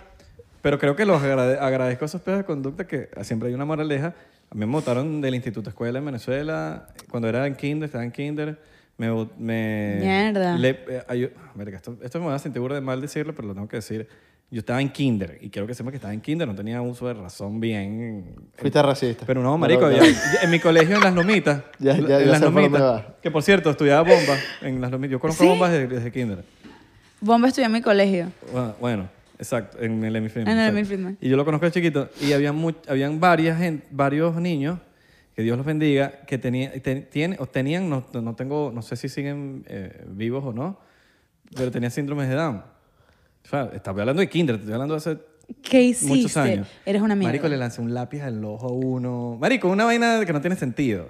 A: pero creo que los agrade- agradezco esos peos de conducta que siempre hay una moraleja. A mí me votaron del instituto escuela en Venezuela cuando era en kinder, estaba en kinder, me bot- me
B: Mierda.
A: le- eh, ay, yo- ah, verga, esto, esto me va a sentir burda de mal decirlo, pero lo tengo que decir. Yo estaba en kinder y quiero que sepa que estaba en kinder, no tenía uso de razón bien
C: Fuiste racista.
A: pero no, marico,
C: ya.
A: había- en mi colegio en Las Lomitas.
C: Ya- ya-
A: en
C: ya
A: Las
C: sé por dónde
A: Lomitas,
C: va.
A: Que por cierto, estudiaba bombas en Las Lomitas. Yo conozco
B: ¿Sí?
A: bombas desde, desde kinder.
B: Bomba estudió en mi colegio.
A: Bueno, bueno, exacto, en el Emifrimen.
B: En el
A: exacto.
B: Emifrimen.
A: Y yo lo conozco de chiquito. Y había mu- habían varias gen- varios niños, que Dios los bendiga, que tenía, te- tiene- o tenían, no, no tengo, no sé si siguen eh, vivos o no, pero tenían síndromes de Down. O sea, estaba hablando de kinder, te estoy hablando de hace
B: ¿Qué hiciste?
A: muchos años.
B: Eres una mierda.
A: Marico, le lancé un lápiz al ojo a uno. Marico, una vaina que no tiene sentido.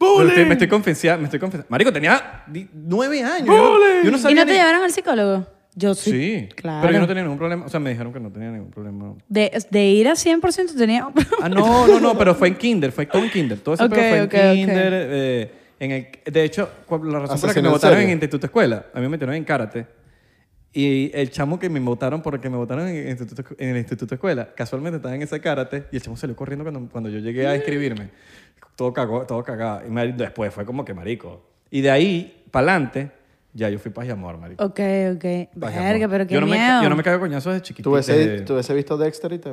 A: Me estoy, me estoy confesia- me estoy confesando. Marico, tenía di- nueve años. Yo, no- yo no
B: ¿Y
A: sabía
B: no te
A: ni-
B: llevaron al psicólogo? Yo sí.
A: Sí,
B: Claro.
A: pero yo no tenía ningún problema. O sea, me dijeron que no tenía ningún problema.
B: de, de ir a 100% tenía un problema.
A: Ah, no, no, no, pero fue en kinder, fue todo en kinder. Todo ese
B: Ok,
A: pedo fue en
B: ok, ok.
A: kinder. eh, en el- de hecho, cu- la razón por la que me
C: Asesino en
A: votaron en
C: serie.
A: instituto escuela, a mí me metieron en karate. Y el chamo que me votaron porque me votaron en el instituto, en el instituto escuela, casualmente estaba en ese karate y el chamo salió corriendo cuando, cuando yo llegué a inscribirme. Todo cagó, todo cagado. Y mari- después fue como que marico. Y de ahí, para adelante, ya yo fui paz y amor, marico.
B: Ok, ok.
A: Paz y
B: Verga,
A: amor.
B: pero qué
A: yo no Me,
B: miedo.
A: ca- yo no me cago coñazos desde chiquito.
C: Tú hubiese, tú hubiese visto Dexter y te...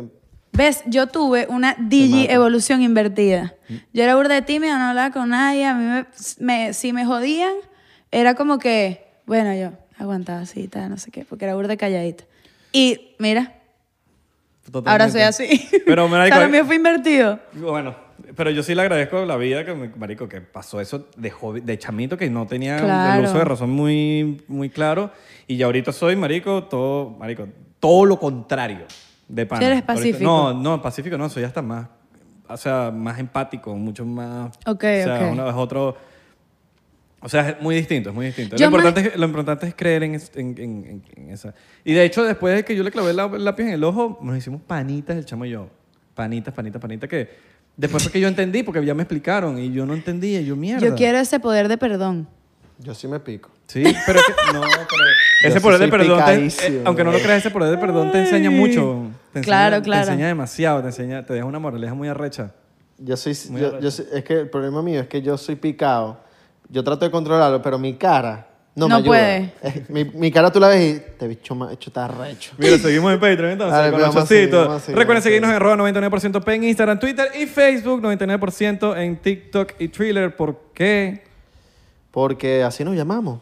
B: ¿Ves? Yo tuve una digi evolución invertida.
A: Mm.
B: Yo era burda de tímida, no hablaba con nadie. A mí, me, me- si me jodían, era como que, bueno, yo aguantaba así, tal, no sé qué, porque era burda de calladita. Y mira, ahora soy así.
A: Pero, marico,
B: Para mí fue invertido.
A: Bueno, pero yo sí le agradezco la vida que, me- marico, que pasó eso de, joven, de chamito que no tenía
B: Claro.
A: el uso de razón muy, muy claro. Y ya ahorita soy, marico, todo, marico, todo lo contrario de pana.
B: Sí, eres
A: Ahorita-
B: pacífico.
A: No, no, pacífico no, soy hasta más, o sea, más empático, mucho más...
B: Ok,
A: o sea,
B: ok.
A: una- es otro... O sea, es muy distinto, es muy distinto. Lo
B: Yo
A: importante,
B: más-
A: es, lo importante es creer en, es- en- en- en- en esa. Y de hecho, después de que yo le clavé la- el lápiz en el ojo, nos hicimos panitas el chamo y yo. Panitas, panitas, panitas, que después fue que yo entendí, porque ya me explicaron y yo no entendía, y yo mierda.
B: Yo quiero ese poder de perdón.
C: Yo sí me pico.
A: Sí, pero es que- no, pero
C: Yo
A: ese
C: sí
A: poder de
C: soy
A: perdón, te-
C: picadísimo,
A: eh, aunque no lo creas, ese poder de perdón te enseña mucho. Te enseña-
B: Claro, claro.
A: Te enseña demasiado, te enseña, te deja una moraleja muy arrecha.
C: Yo soy,
A: Muy
C: yo-
A: arrecho.
C: yo soy- es que el problema mío es que yo soy picado. Yo trato de controlarlo, pero mi cara no,
B: No
C: me ayuda. Eh, Mi, mi cara tú la ves y te bicho más hecho, está recho.
A: Mira, seguimos en Patreon entonces
C: Dale,
A: con
C: pero
A: los
C: vamos a seguir,
A: chocitos.
C: vamos a seguir,
A: Recuerden
C: vamos a
A: seguirnos en arroba 99% P en Instagram, Twitter y Facebook, 99% en TikTok y Thriller. ¿Por qué?
C: Porque así nos llamamos.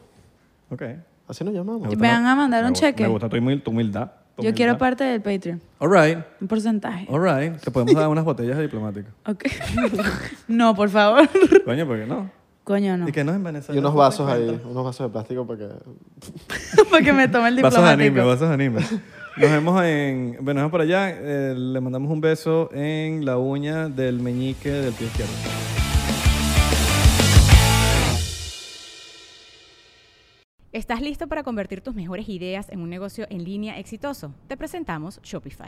A: Ok.
C: Así nos
A: Me
C: llamamos.
A: gusta,
B: Me van
A: ¿no?
B: a mandar
A: Me
B: un
A: gu-
B: cheque.
A: Me gusta tu, humil- tu humildad. tu
B: Yo quiero
A: humildad.
B: parte del Patreon.
A: All right,
B: Un porcentaje.
A: all right. Te podemos dar unas botellas de diplomático.
B: Ok. no, por favor.
A: Coño, ¿por qué no?
B: Coño, no.
A: Y que no en Venezuela.
C: Y unos
A: no
C: vasos
A: se
C: ahí,
A: cuenta.
C: unos vasos de plástico para que...
B: Porque me toma el
A: Vasos
B: diplomático.
A: anime, vasos anime. Nos vemos en. Bueno, nos vemos por allá. Eh, le mandamos un beso en la uña del meñique del pie izquierdo.
D: ¿Estás listo para convertir tus mejores ideas en un negocio en línea exitoso? Te presentamos Shopify.